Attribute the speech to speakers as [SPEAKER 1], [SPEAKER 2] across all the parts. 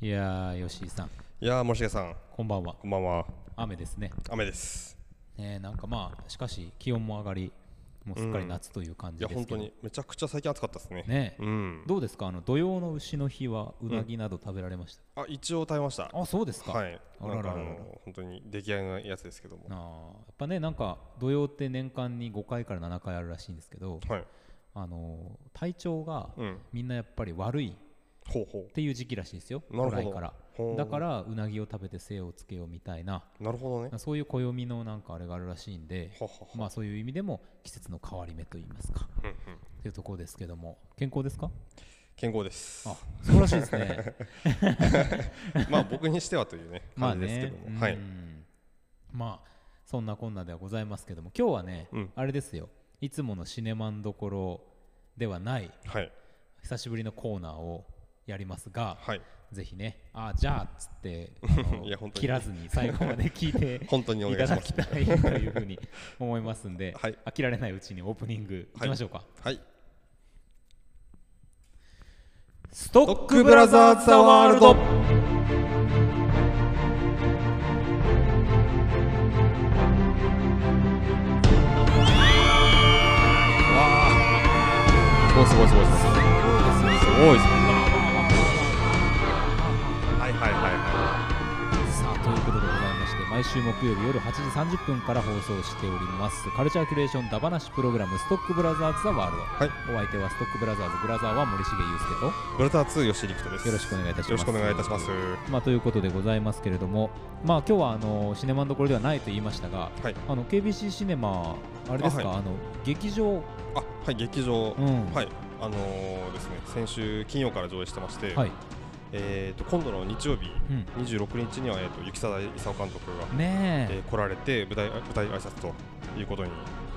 [SPEAKER 1] いやー、吉井さん、
[SPEAKER 2] いやー、もしげさん、
[SPEAKER 1] こんばんは。
[SPEAKER 2] こんばんは。
[SPEAKER 1] 雨ですね。
[SPEAKER 2] 雨です。
[SPEAKER 1] ねえなんかまあ、しかし気温も上がり、もうすっかり夏という感
[SPEAKER 2] い
[SPEAKER 1] じ
[SPEAKER 2] や、
[SPEAKER 1] です
[SPEAKER 2] 本
[SPEAKER 1] け
[SPEAKER 2] 当
[SPEAKER 1] ど、
[SPEAKER 2] にめちゃくちゃ最近暑かったですね。
[SPEAKER 1] ねえ
[SPEAKER 2] うん。
[SPEAKER 1] どうですか、あの土曜の牛の日はうなぎなど食べられまし
[SPEAKER 2] あ、一応食べました
[SPEAKER 1] た。。あ、そうですか。
[SPEAKER 2] はい。
[SPEAKER 1] あららら
[SPEAKER 2] なんからあの本当に出来合いのやつですけども。
[SPEAKER 1] あーやっぱね、なんか土曜って年間に5回から7回あるらしいんですけど、
[SPEAKER 2] はい。
[SPEAKER 1] あのー体調が
[SPEAKER 2] うん。
[SPEAKER 1] みんなやっぱり悪いっ
[SPEAKER 2] ほうほ
[SPEAKER 1] ていう時期らしいですよ、
[SPEAKER 2] なるほど
[SPEAKER 1] 古来から
[SPEAKER 2] ほ。う
[SPEAKER 1] だから、うなぎを食べて精をつけようみたいな、
[SPEAKER 2] う。なるほどね。
[SPEAKER 1] そういう暦のなんかあれがあるらしいんで、
[SPEAKER 2] ははは。
[SPEAKER 1] まあそういう意味でも季節の変わり目といいますか
[SPEAKER 2] うんうん。
[SPEAKER 1] というところですけども健康ですか
[SPEAKER 2] 健康です。
[SPEAKER 1] あ素晴らしいですね
[SPEAKER 2] まあ僕にしてはというね
[SPEAKER 1] まあ
[SPEAKER 2] 感じ
[SPEAKER 1] ね
[SPEAKER 2] ですけども。
[SPEAKER 1] うん
[SPEAKER 2] はい。
[SPEAKER 1] まあそんなこんなではございますけども今日はね、
[SPEAKER 2] うん
[SPEAKER 1] あれですよいつものシネマンどころではない
[SPEAKER 2] はい
[SPEAKER 1] 久しぶりのコーナーをやりますが
[SPEAKER 2] はい。
[SPEAKER 1] ぜひねあじゃあっつってあの
[SPEAKER 2] いや本当に
[SPEAKER 1] 切らずに最後まで聞いて
[SPEAKER 2] 本 当にお
[SPEAKER 1] い
[SPEAKER 2] 願
[SPEAKER 1] た
[SPEAKER 2] いし
[SPEAKER 1] だ
[SPEAKER 2] ま
[SPEAKER 1] き
[SPEAKER 2] す。
[SPEAKER 1] たいというふうに思いますんで、
[SPEAKER 2] はい
[SPEAKER 1] 飽きられないうちにオープニングいきましょうか、
[SPEAKER 2] はい。
[SPEAKER 1] ストックブラザーズ・ザ・ワールド
[SPEAKER 2] すごいすごいすごいすごい。すごいですね。はいはいはいは
[SPEAKER 1] さあということでございまして毎週木曜日夜8時30分から放送しておりますカルチャーキュレーションダバナシプログラム「ストックブラザーズ・ザ・ワールド」
[SPEAKER 2] はい
[SPEAKER 1] お相手はストックブラザーズブラザーは森重裕介と
[SPEAKER 2] い。ブラザー2吉陸人です。
[SPEAKER 1] よろしくお願いいたします
[SPEAKER 2] よろしくお願いいたします。
[SPEAKER 1] まあということでございますけれどもまあ今日はあのシネマのところではないと言いましたが
[SPEAKER 2] はい。
[SPEAKER 1] あの KBC シネマあれですかあ,、
[SPEAKER 2] あは
[SPEAKER 1] の劇場
[SPEAKER 2] あはい劇場、
[SPEAKER 1] うん
[SPEAKER 2] はいあのーですね先週金曜から上映してまして、
[SPEAKER 1] はい、
[SPEAKER 2] えー、と今度の日曜日
[SPEAKER 1] うん、
[SPEAKER 2] 26日には、えー、と雪貞勲監督が、
[SPEAKER 1] ねえ
[SPEAKER 2] えー来られて舞台舞台挨拶ということに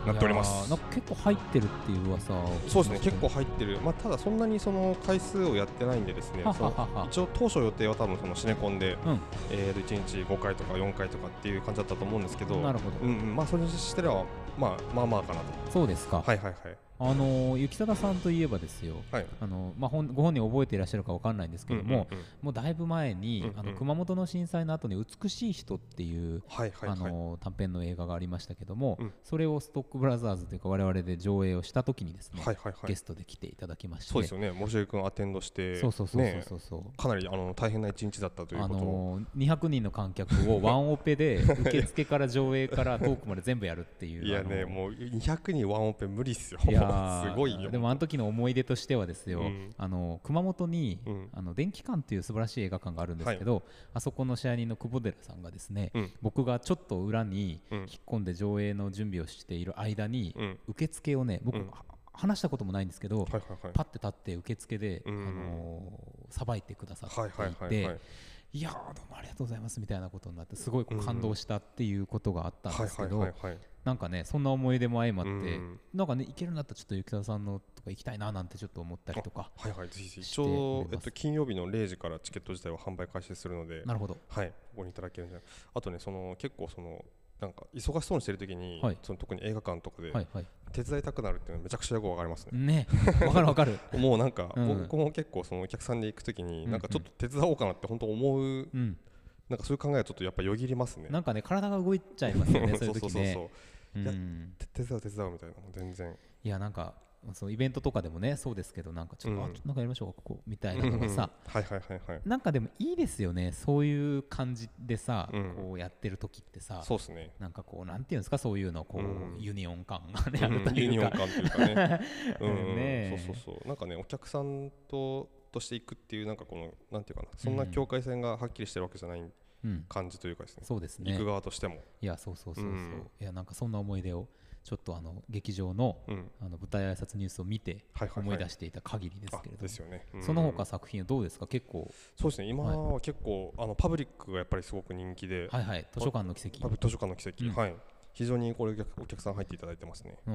[SPEAKER 2] なっておりま
[SPEAKER 1] いやー
[SPEAKER 2] す
[SPEAKER 1] なんか結構入ってるっていう噂を
[SPEAKER 2] そうですね結構入ってる、まあ、ただそんなにその回数をやってないんでですね
[SPEAKER 1] は
[SPEAKER 2] そ
[SPEAKER 1] はは
[SPEAKER 2] の
[SPEAKER 1] は
[SPEAKER 2] 一応当初予定は多分そのシネコンで、
[SPEAKER 1] うん
[SPEAKER 2] えー、と1日5回とか4回とかっていう感じだったと思うんですけど
[SPEAKER 1] なるほど
[SPEAKER 2] うんうんまあ、それにしては、まあ、まあまあかなと
[SPEAKER 1] そうですか、
[SPEAKER 2] はいはいはい
[SPEAKER 1] あの雪貞さんといえばですよ
[SPEAKER 2] はい
[SPEAKER 1] あの、まあ、ほんご本人覚えていらっしゃるかわかんないんですけども、
[SPEAKER 2] うんうんうん
[SPEAKER 1] もうだいぶ前に、
[SPEAKER 2] うんうん
[SPEAKER 1] あの熊本の震災の後に「美しい人」っていう、
[SPEAKER 2] はいはい
[SPEAKER 1] あ
[SPEAKER 2] はい
[SPEAKER 1] の短編の映画がありましたけども、
[SPEAKER 2] うん
[SPEAKER 1] それをストックブラザーズというか我々で上映をした時にですね、
[SPEAKER 2] はいはいはい
[SPEAKER 1] ゲストで来ていただきまして
[SPEAKER 2] そうですよね、森重君アテンドして、
[SPEAKER 1] そうそうそうそう
[SPEAKER 2] ね
[SPEAKER 1] そうそう
[SPEAKER 2] かなりあの大変な一日だったという
[SPEAKER 1] あ
[SPEAKER 2] ことを、
[SPEAKER 1] のー、200人の観客をワンオペで受付から上映からトークまで全部やるっていう
[SPEAKER 2] いや
[SPEAKER 1] あ
[SPEAKER 2] ね、
[SPEAKER 1] のー
[SPEAKER 2] もう200人ワンオペ無理っすよ、
[SPEAKER 1] いやー
[SPEAKER 2] すごいよ。
[SPEAKER 1] でもあの時の思い出としてはですよ、
[SPEAKER 2] うん
[SPEAKER 1] あの熊本に、
[SPEAKER 2] うん
[SPEAKER 1] あの電気館っていう素晴らしい映画館があるんですけど、あそこの支配人の久保寺さんがですね、
[SPEAKER 2] うん
[SPEAKER 1] 僕がちょっと裏に
[SPEAKER 2] うん
[SPEAKER 1] 引っ込んで上映の準備をしている間に、
[SPEAKER 2] うん
[SPEAKER 1] 受付をね僕、
[SPEAKER 2] うん
[SPEAKER 1] は話したこともないんですけど、
[SPEAKER 2] はいはいはい
[SPEAKER 1] パッて立って受付で、
[SPEAKER 2] うん
[SPEAKER 1] あのーさばいてくださっていて、
[SPEAKER 2] はいはいはいはい
[SPEAKER 1] いやーどうもありがとうございますみたいなことになってすごいこう感動したっていうことがあったん
[SPEAKER 2] はい
[SPEAKER 1] ですけ
[SPEAKER 2] はい
[SPEAKER 1] ど、
[SPEAKER 2] はいはい
[SPEAKER 1] なんかねそんな思い出も相まって、
[SPEAKER 2] うん
[SPEAKER 1] なんかね行けるんだったらちょっと雪田さんのとか行きたいななんてちょっと思ったりとか
[SPEAKER 2] はいはいぜひぜひ
[SPEAKER 1] し
[SPEAKER 2] ち
[SPEAKER 1] てお
[SPEAKER 2] ょ
[SPEAKER 1] り
[SPEAKER 2] うど、え
[SPEAKER 1] ま
[SPEAKER 2] っ
[SPEAKER 1] す
[SPEAKER 2] と、金曜日の0時からチケット自体は販売開始するので、
[SPEAKER 1] なるほど
[SPEAKER 2] はい、ご覧いただけるんじゃないあとね、その結構その、なんか忙しそうにしてる時に、
[SPEAKER 1] はい
[SPEAKER 2] その特に映画館とかで、
[SPEAKER 1] はいはい
[SPEAKER 2] 手伝いたくなるっていうのはめちゃくちゃよくわかりますね。
[SPEAKER 1] ねわかるわかる
[SPEAKER 2] もうなんか、
[SPEAKER 1] うん
[SPEAKER 2] 僕も結構そのお客さんで行く時
[SPEAKER 1] うん
[SPEAKER 2] に、
[SPEAKER 1] うん
[SPEAKER 2] なんかちょっと手伝おうかなって本当思う
[SPEAKER 1] うん
[SPEAKER 2] なんかそういう考えはちょっとやっぱよぎりますね。
[SPEAKER 1] なんかね体が動いちゃいますよねそういう時ね
[SPEAKER 2] そう
[SPEAKER 1] う
[SPEAKER 2] いや
[SPEAKER 1] ん
[SPEAKER 2] て手伝う手伝うみたいなの全然。
[SPEAKER 1] いやなんかそのイベントとかでもねそうですけどなんかちょっと、
[SPEAKER 2] うん
[SPEAKER 1] あちょっとなんかやりましょうかここみたいなのがさ、
[SPEAKER 2] はいはいはいはい。
[SPEAKER 1] なんかでもいいですよねそういう感じでさ、
[SPEAKER 2] うん
[SPEAKER 1] こうやってる時ってさ
[SPEAKER 2] そうです ね。
[SPEAKER 1] なんかこうなんていうんですかそういうのこう、
[SPEAKER 2] うん
[SPEAKER 1] ユニオン感がね、
[SPEAKER 2] う
[SPEAKER 1] あると
[SPEAKER 2] んユ
[SPEAKER 1] い
[SPEAKER 2] ニ
[SPEAKER 1] う
[SPEAKER 2] オン
[SPEAKER 1] か
[SPEAKER 2] 感というか ね。うんう
[SPEAKER 1] ね
[SPEAKER 2] ん
[SPEAKER 1] え
[SPEAKER 2] そうそうそう。なんかねお客さんととしていくっていうなんかこのなんていうかなそんな境界線がはっきりしてるわけじゃない
[SPEAKER 1] うん
[SPEAKER 2] 感じというかですね。
[SPEAKER 1] そうですね
[SPEAKER 2] 行く側としても。
[SPEAKER 1] いやそうそうそうそう、
[SPEAKER 2] うん
[SPEAKER 1] いやなんかそんな思い出をちょっとあの劇場の
[SPEAKER 2] うん。
[SPEAKER 1] あの舞台挨拶ニュースを見て
[SPEAKER 2] はいはいはい
[SPEAKER 1] 思い出していた限りです
[SPEAKER 2] あ
[SPEAKER 1] けれども、
[SPEAKER 2] ですよね。うん
[SPEAKER 1] その他作品はどうですか結構
[SPEAKER 2] そうですね。今は結構あのパブリックがやっぱりすごく人気で、
[SPEAKER 1] はいはい図書館の奇
[SPEAKER 2] パ
[SPEAKER 1] 跡
[SPEAKER 2] ブ図書館の奇跡、
[SPEAKER 1] うん
[SPEAKER 2] はい。非常にこれお客お客さん入っていただいてますね。
[SPEAKER 1] お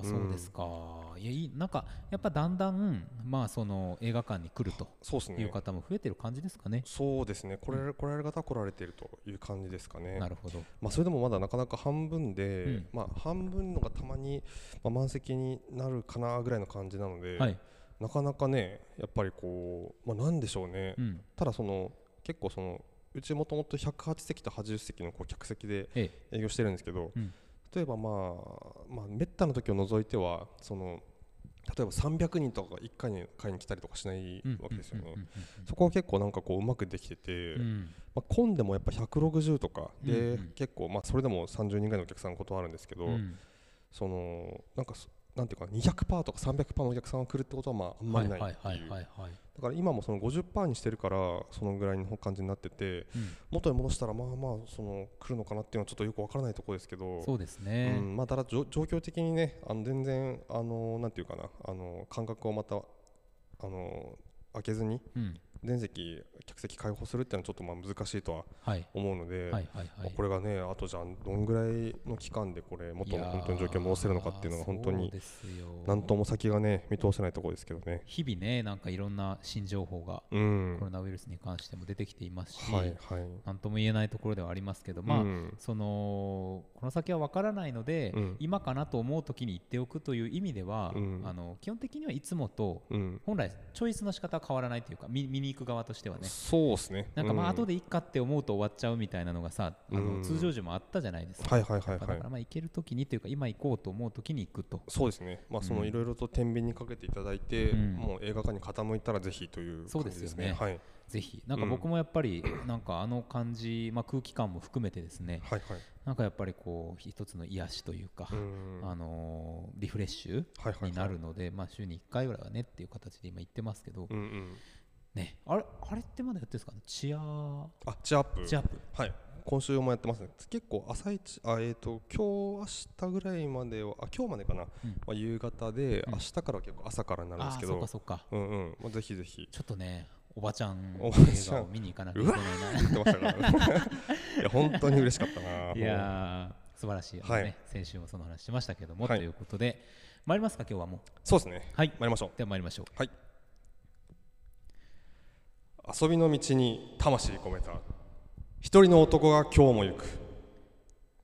[SPEAKER 1] ー
[SPEAKER 2] うん
[SPEAKER 1] そうですか、いやいいなんかやっぱだんだんまあその映画館に来ると
[SPEAKER 2] そうですね。
[SPEAKER 1] いう方も増えてる感じですかね
[SPEAKER 2] そうですね、これ、来られる方は来られているという感じですかね。
[SPEAKER 1] なるほど
[SPEAKER 2] まあ、それでもまだなかなか半分で、
[SPEAKER 1] うん
[SPEAKER 2] まあ、半分のがたまに、まあ、満席になるかなぐらいの感じなので、
[SPEAKER 1] はい
[SPEAKER 2] なかなかねやっぱりこう、まあ、なんでしょうね、
[SPEAKER 1] うん
[SPEAKER 2] ただその結構そのうちもともと108席と80席のこう客席で
[SPEAKER 1] え
[SPEAKER 2] 営業してるんですけど、
[SPEAKER 1] うん
[SPEAKER 2] 例えばまあまあめったな時を除いてはその例えば300人とかが1回に買いに来たりとかしない
[SPEAKER 1] うん
[SPEAKER 2] わけですよね。
[SPEAKER 1] うんうん
[SPEAKER 2] そこは結構なんかこううまくできてて、
[SPEAKER 1] うんうん
[SPEAKER 2] まあ、混んでもやっぱ160とかで、
[SPEAKER 1] うんうん
[SPEAKER 2] 結構まあそれでも30人ぐらいのお客さんのことはあるんですけど、
[SPEAKER 1] うん
[SPEAKER 2] そのなんかそなんていうか200%とか300%のお客さんが来るってことはまああんまりない
[SPEAKER 1] は
[SPEAKER 2] って
[SPEAKER 1] はい
[SPEAKER 2] いう
[SPEAKER 1] はいはいはい
[SPEAKER 2] だから今もその50%にしてるからそのぐらいの感じになってて
[SPEAKER 1] うん
[SPEAKER 2] 元に戻したらまあまあその来るのかなっていうのはちょっとよくわからないところですけど
[SPEAKER 1] そうです
[SPEAKER 2] う
[SPEAKER 1] ね、
[SPEAKER 2] んまあ、ただじょ状況的にねあの全然あのなんていうかなあの間隔をまたあの開けずに
[SPEAKER 1] うん
[SPEAKER 2] 全席客席開放するっていうのはちょっとまあ難しいとは
[SPEAKER 1] はい
[SPEAKER 2] 思うので、
[SPEAKER 1] はいはい
[SPEAKER 2] ま
[SPEAKER 1] は
[SPEAKER 2] あ
[SPEAKER 1] い
[SPEAKER 2] これがねあとじゃあどんぐらいの期間でこれ元の本当に状況を戻せるのかっていうのが本当
[SPEAKER 1] いやーそう
[SPEAKER 2] に
[SPEAKER 1] ですよ
[SPEAKER 2] 何とも先がね見通せないところですけどね。
[SPEAKER 1] 日々ねなんかいろんな新情報が
[SPEAKER 2] うん
[SPEAKER 1] コロナウイルスに関しても出てきていますし、
[SPEAKER 2] はいはい
[SPEAKER 1] なんとも言えないところではありますけど、まあ
[SPEAKER 2] うん
[SPEAKER 1] そのこの先は分からないので、
[SPEAKER 2] うん
[SPEAKER 1] 今かなと思う時に言っておくという意味では、
[SPEAKER 2] うん
[SPEAKER 1] あの基本的にはいつもと
[SPEAKER 2] うん
[SPEAKER 1] 本来チョイスの仕方は変わらないというか見見に行く側としてはね
[SPEAKER 2] そうですね。
[SPEAKER 1] なんかまあ
[SPEAKER 2] う
[SPEAKER 1] 後でいいかって思うと終わっちゃうみたいなのがさ、あ
[SPEAKER 2] う
[SPEAKER 1] の
[SPEAKER 2] ん
[SPEAKER 1] 通常時もあったじゃないですか、
[SPEAKER 2] はいはいはい
[SPEAKER 1] だ
[SPEAKER 2] は
[SPEAKER 1] か
[SPEAKER 2] い
[SPEAKER 1] ら。まあ行ける時にというか今行こうと思う時に行くと
[SPEAKER 2] そうですね。まあそのいろいろと天秤にかけていただいて、
[SPEAKER 1] うん
[SPEAKER 2] もう映画館に傾いたらぜひという
[SPEAKER 1] そう
[SPEAKER 2] 感
[SPEAKER 1] で
[SPEAKER 2] じ
[SPEAKER 1] す
[SPEAKER 2] で
[SPEAKER 1] よね
[SPEAKER 2] すね。はい
[SPEAKER 1] ぜひなんか僕もやっぱりなんかあの感じ、まあ、空気感も含めてですね
[SPEAKER 2] はいはい。
[SPEAKER 1] なんかやっぱりこう一つの癒しというか、
[SPEAKER 2] うん
[SPEAKER 1] あのーリフレッシュ
[SPEAKER 2] はいはいはい
[SPEAKER 1] になるので、まあ、週に1回ぐらいはねっていう形で今言ってますけど、
[SPEAKER 2] うんうん。
[SPEAKER 1] ね、あれあれってまだやってるんですかねチア
[SPEAKER 2] あチアップ。
[SPEAKER 1] チアップ
[SPEAKER 2] はい。今週もやってますね。結構朝一あえっ、と今日明日ぐらいまではあ今日までかな。
[SPEAKER 1] うん
[SPEAKER 2] まあ夕方で、
[SPEAKER 1] うん
[SPEAKER 2] 明日から結構朝からになるんで
[SPEAKER 1] あ
[SPEAKER 2] す
[SPEAKER 1] あ
[SPEAKER 2] け
[SPEAKER 1] ーそう
[SPEAKER 2] ど
[SPEAKER 1] か。そうか
[SPEAKER 2] うんうん。まあぜひぜひ。
[SPEAKER 1] ちょっとねおばちゃんの
[SPEAKER 2] お
[SPEAKER 1] 映
[SPEAKER 2] ばちゃん
[SPEAKER 1] 画を見に行かなきゃいけないう
[SPEAKER 2] 言ってまし たから。いや本当に嬉しかったな。
[SPEAKER 1] ないやー素晴らしい、あの
[SPEAKER 2] はい
[SPEAKER 1] ね、先週もその話しましたけども、
[SPEAKER 2] はい
[SPEAKER 1] ということで参りますか今日はもう
[SPEAKER 2] そうですね。
[SPEAKER 1] はい
[SPEAKER 2] 参りましょう。
[SPEAKER 1] では参りましょう
[SPEAKER 2] はい。遊びの道に魂込めた一人の男が今日も行く。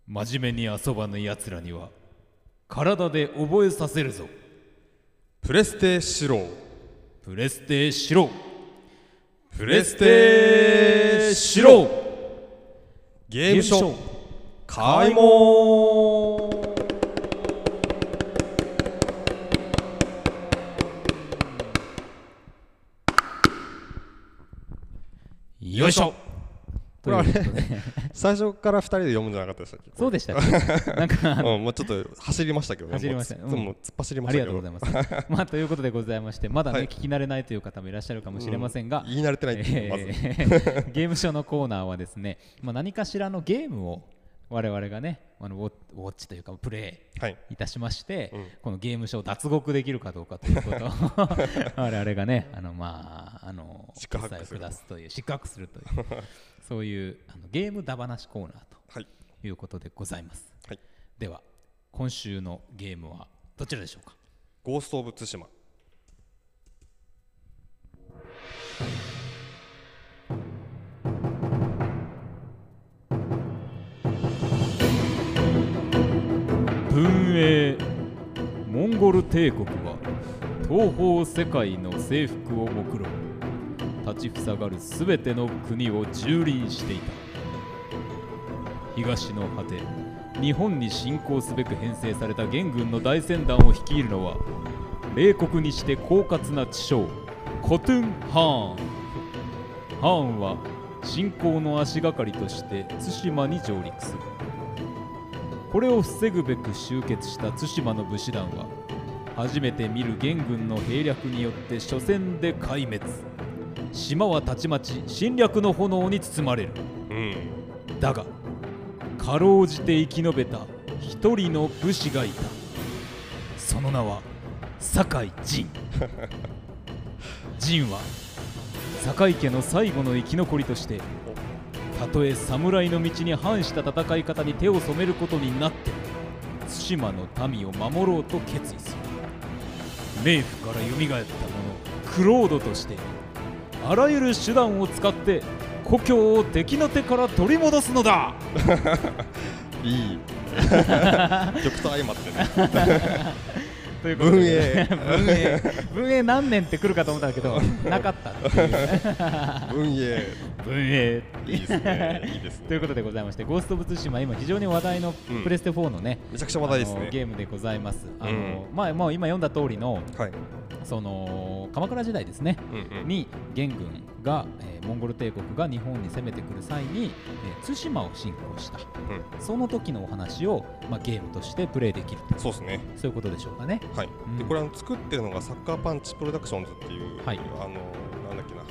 [SPEAKER 1] 真面目に遊ばぬやつらには体で覚えさせるぞ
[SPEAKER 2] プレステ四郎。
[SPEAKER 1] プレステしろ
[SPEAKER 2] プ
[SPEAKER 1] プレステしろ
[SPEAKER 2] ゲームショー開
[SPEAKER 1] 開
[SPEAKER 2] 門。
[SPEAKER 1] よいしょ
[SPEAKER 2] これあれ最初から二人で読むんじゃなかったでしたっけ？
[SPEAKER 1] そうでしたっ けなんかあの
[SPEAKER 2] うん、まあちょっと走りましたけどね。
[SPEAKER 1] 走りましたね
[SPEAKER 2] もうつ
[SPEAKER 1] うん
[SPEAKER 2] もう突っ走りま
[SPEAKER 1] あ
[SPEAKER 2] し
[SPEAKER 1] りが
[SPEAKER 2] たけ
[SPEAKER 1] と
[SPEAKER 2] ど。
[SPEAKER 1] うございます。まあということでございまして、まだね、
[SPEAKER 2] はい
[SPEAKER 1] 聞き慣れないという方もいらっしゃるかもしれませんが、
[SPEAKER 2] 言い慣れてないっていうのが
[SPEAKER 1] え
[SPEAKER 2] まず。
[SPEAKER 1] ー ゲームショーのコーナーはですね、まあ、何かしらのゲームを我々がね、あのウォッウォッチというかプレイ
[SPEAKER 2] はい。
[SPEAKER 1] いたしまして、
[SPEAKER 2] うん
[SPEAKER 1] このゲームショーを脱獄できるかどうかという ことを我々がねあのまああの
[SPEAKER 2] 四苦八苦
[SPEAKER 1] 決
[SPEAKER 2] する
[SPEAKER 1] 裁を下すという失格するというそういうあのゲームだ話コーナー
[SPEAKER 2] はい。
[SPEAKER 1] ということでございます
[SPEAKER 2] はい。
[SPEAKER 1] では今週のゲームはどちらでしょうか
[SPEAKER 2] ゴーストオブツシマ。
[SPEAKER 1] 文英モンゴル帝国は東方世界の征服を目論み立ちふさがる全ての国を蹂躙していた東の果て日本に侵攻すべく編成された元軍の大船団を率いるのは冷酷にして狡猾な知将コトゥン・ハーンハーンは侵攻の足がかりとして対馬に上陸するこれを防ぐべく集結した対馬の武士団は初めて見る元軍の兵略によって初戦で壊滅島はたちまち侵略の炎に包まれる
[SPEAKER 2] うん。
[SPEAKER 1] だがかろうじて生き延びた一人の武士がいたその名は酒井仁仁は酒井家の最後の生き残りとしてたとえ侍の道に反した戦い方に手を染めることになっても対馬の民を守ろうと決意する冥府から蘇った者クロードとしてあらゆる手段を使って故郷を敵の手から取り戻すのだ
[SPEAKER 2] いい。曲と相まってね。
[SPEAKER 1] ということで
[SPEAKER 2] 文営
[SPEAKER 1] 文営文営何年って来るかと思ったんだけどなかったっていう
[SPEAKER 2] 運営
[SPEAKER 1] 文営
[SPEAKER 2] いいですねいいです
[SPEAKER 1] とい
[SPEAKER 2] ね
[SPEAKER 1] うことでございまして「ゴースト・オブ・ツシマ」今非常に話題の
[SPEAKER 2] うん
[SPEAKER 1] プレステ4のね、
[SPEAKER 2] めちゃくちゃ話題です
[SPEAKER 1] あの
[SPEAKER 2] ね
[SPEAKER 1] ゲームでございます、あのまあ、もう今読んだ通りの
[SPEAKER 2] はい
[SPEAKER 1] その鎌倉時代ですね
[SPEAKER 2] うんうん
[SPEAKER 1] に元軍が、えーモンゴル帝国が日本に攻めてくる際に、えー対馬を侵攻した
[SPEAKER 2] うん
[SPEAKER 1] その時のお話を、まあ、ゲームとしてプレイできると
[SPEAKER 2] そうですね
[SPEAKER 1] そういうことでしょうかね
[SPEAKER 2] はい、で
[SPEAKER 1] うん
[SPEAKER 2] これあの作ってるのがサッカーパンチプロダクションズっていう、
[SPEAKER 1] はい
[SPEAKER 2] あのなんだっけな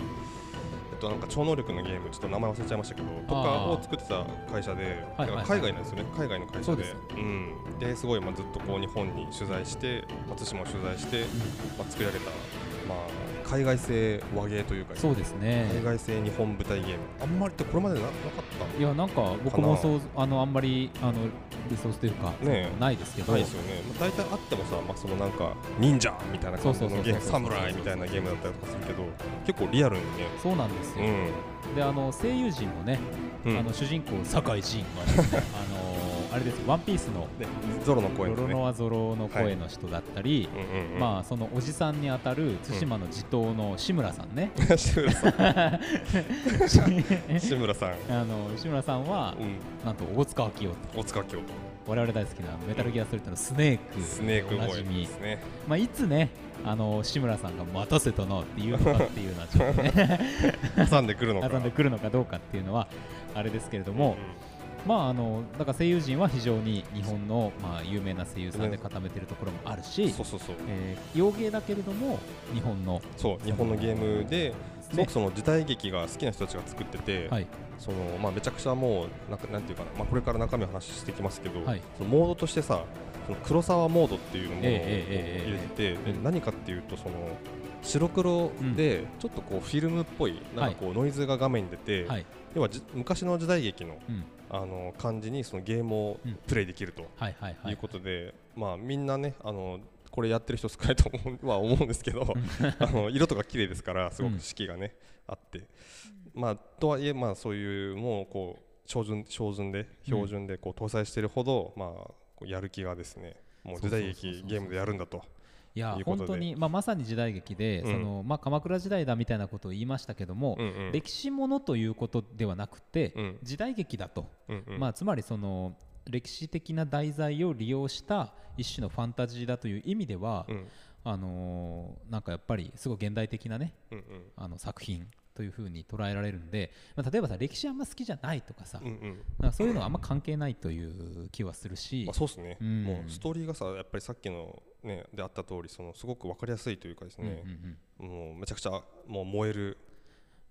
[SPEAKER 2] えっとなんか超能力のゲームちょっと名前忘れちゃいましたけどとか
[SPEAKER 1] あー
[SPEAKER 2] を作ってた会社で、
[SPEAKER 1] はいはいはい
[SPEAKER 2] だから海外なんですよね海外の会
[SPEAKER 1] そ
[SPEAKER 2] 社
[SPEAKER 1] う
[SPEAKER 2] で
[SPEAKER 1] です
[SPEAKER 2] うん、ですごい、まあ、ずっとこう日本に取材して松島を取材して、まあ、作られた、まあ、海外製和芸というか
[SPEAKER 1] そうですね
[SPEAKER 2] 海外製日本舞台ゲームあんまりってこれまでななかった
[SPEAKER 1] いやなんか僕もそうあのあんまりあのリソースというか、
[SPEAKER 2] ねえ
[SPEAKER 1] ないですけど
[SPEAKER 2] ないですよね、まあ、大体あってもさ、まあ、そのなんか忍者みたいな感じ
[SPEAKER 1] そうそうそうそ
[SPEAKER 2] の
[SPEAKER 1] う
[SPEAKER 2] ゲームサムライみたいなゲームだったりとかするけど結構リアルにね
[SPEAKER 1] そうなんですよ、であの声優陣もね、
[SPEAKER 2] うん、
[SPEAKER 1] あの主人公酒井仁はです ねあのーあれですよワンピースの
[SPEAKER 2] ね、ゾロの声
[SPEAKER 1] ロ
[SPEAKER 2] です
[SPEAKER 1] ロ
[SPEAKER 2] ね
[SPEAKER 1] ノアゾロの声の人だったり、
[SPEAKER 2] うんうんうん、
[SPEAKER 1] まあそのおじさんにあたる対馬の地頭の志村さんね、
[SPEAKER 2] あ 志村さん
[SPEAKER 1] あ
[SPEAKER 2] 志村さん、
[SPEAKER 1] の志村さんは
[SPEAKER 2] うん、
[SPEAKER 1] なんと大塚明夫
[SPEAKER 2] 大塚京
[SPEAKER 1] 我々大好きなメタルギアソリッドのスネーク
[SPEAKER 2] スネーク
[SPEAKER 1] おな
[SPEAKER 2] 声
[SPEAKER 1] じ
[SPEAKER 2] で
[SPEAKER 1] み、
[SPEAKER 2] すね
[SPEAKER 1] まあ、いつねあの志村さんが待たせたなっていうのかっていうのはちょっと ね
[SPEAKER 2] 挟んでくるの か
[SPEAKER 1] 挟んでくるのかどうかっていうのはあれですけれども、まああのだから声優陣は非常に日本の、まあ、有名な声優さんで固めてるところもある
[SPEAKER 2] う
[SPEAKER 1] し
[SPEAKER 2] ん、そうそうそう
[SPEAKER 1] えー洋芸だけれども日本の、
[SPEAKER 2] そう日本のゲームで
[SPEAKER 1] ね
[SPEAKER 2] すごくその時代劇が好きな人たちが作ってて、
[SPEAKER 1] はい、
[SPEAKER 2] そのまあ、めちゃくちゃもうなんかなんていうかな、まあ、これから中身の話してきますけど、
[SPEAKER 1] はい
[SPEAKER 2] そのモードとしてさその黒沢モードっていうものを入れ
[SPEAKER 1] え
[SPEAKER 2] て
[SPEAKER 1] えええええ
[SPEAKER 2] て、
[SPEAKER 1] え
[SPEAKER 2] で何かっていうとその白黒でちょっとこうフィルムっぽい、なんかこうノイズが画面に出て、
[SPEAKER 1] はい、
[SPEAKER 2] 要はじ昔の時代劇の
[SPEAKER 1] うん、
[SPEAKER 2] あの感じにそのゲームを
[SPEAKER 1] うん
[SPEAKER 2] プレイできると
[SPEAKER 1] はいはいはい
[SPEAKER 2] いうことで、まあ、みんなねあのこれやってる人少ないと思うは思うんですけど あの色とか綺麗ですからすご
[SPEAKER 1] うん
[SPEAKER 2] く色がね、あって、まあ、とはいえ、まあ、そういうもうこう標準標準で標準でこう搭載してるほど、まあ、こうやる気がですねもう時代
[SPEAKER 1] そうそうそう
[SPEAKER 2] 劇
[SPEAKER 1] そう
[SPEAKER 2] ゲームでやるんだと。
[SPEAKER 1] いや
[SPEAKER 2] いう
[SPEAKER 1] 本
[SPEAKER 2] ことで
[SPEAKER 1] 当に、まあ、まさに時代劇で、
[SPEAKER 2] うん
[SPEAKER 1] そのまあ、鎌倉時代だみたいなことを言いましたけども、
[SPEAKER 2] うんうん
[SPEAKER 1] 歴史ものということではなくて、
[SPEAKER 2] うん
[SPEAKER 1] 時代劇だと、
[SPEAKER 2] うんうん
[SPEAKER 1] まあ、つまりその歴史的な題材を利用した一種のファンタジーだという意味では、
[SPEAKER 2] うん
[SPEAKER 1] あのーなんかやっぱりすごい現代的なね
[SPEAKER 2] うんうん
[SPEAKER 1] あの作品というふうに捉えられるんで、まあ、例えばさ歴史あんま好きじゃないとかさ、
[SPEAKER 2] うんうん
[SPEAKER 1] なんかそういうのはあんま関係ないという気はするし
[SPEAKER 2] まあ、、そうですね、
[SPEAKER 1] うん
[SPEAKER 2] もうストーリーがさやっぱりさっきの、ね、であった通りそのすごく分かりやすいというかです
[SPEAKER 1] うんうん
[SPEAKER 2] ね、
[SPEAKER 1] うん
[SPEAKER 2] もうめちゃくちゃもう燃える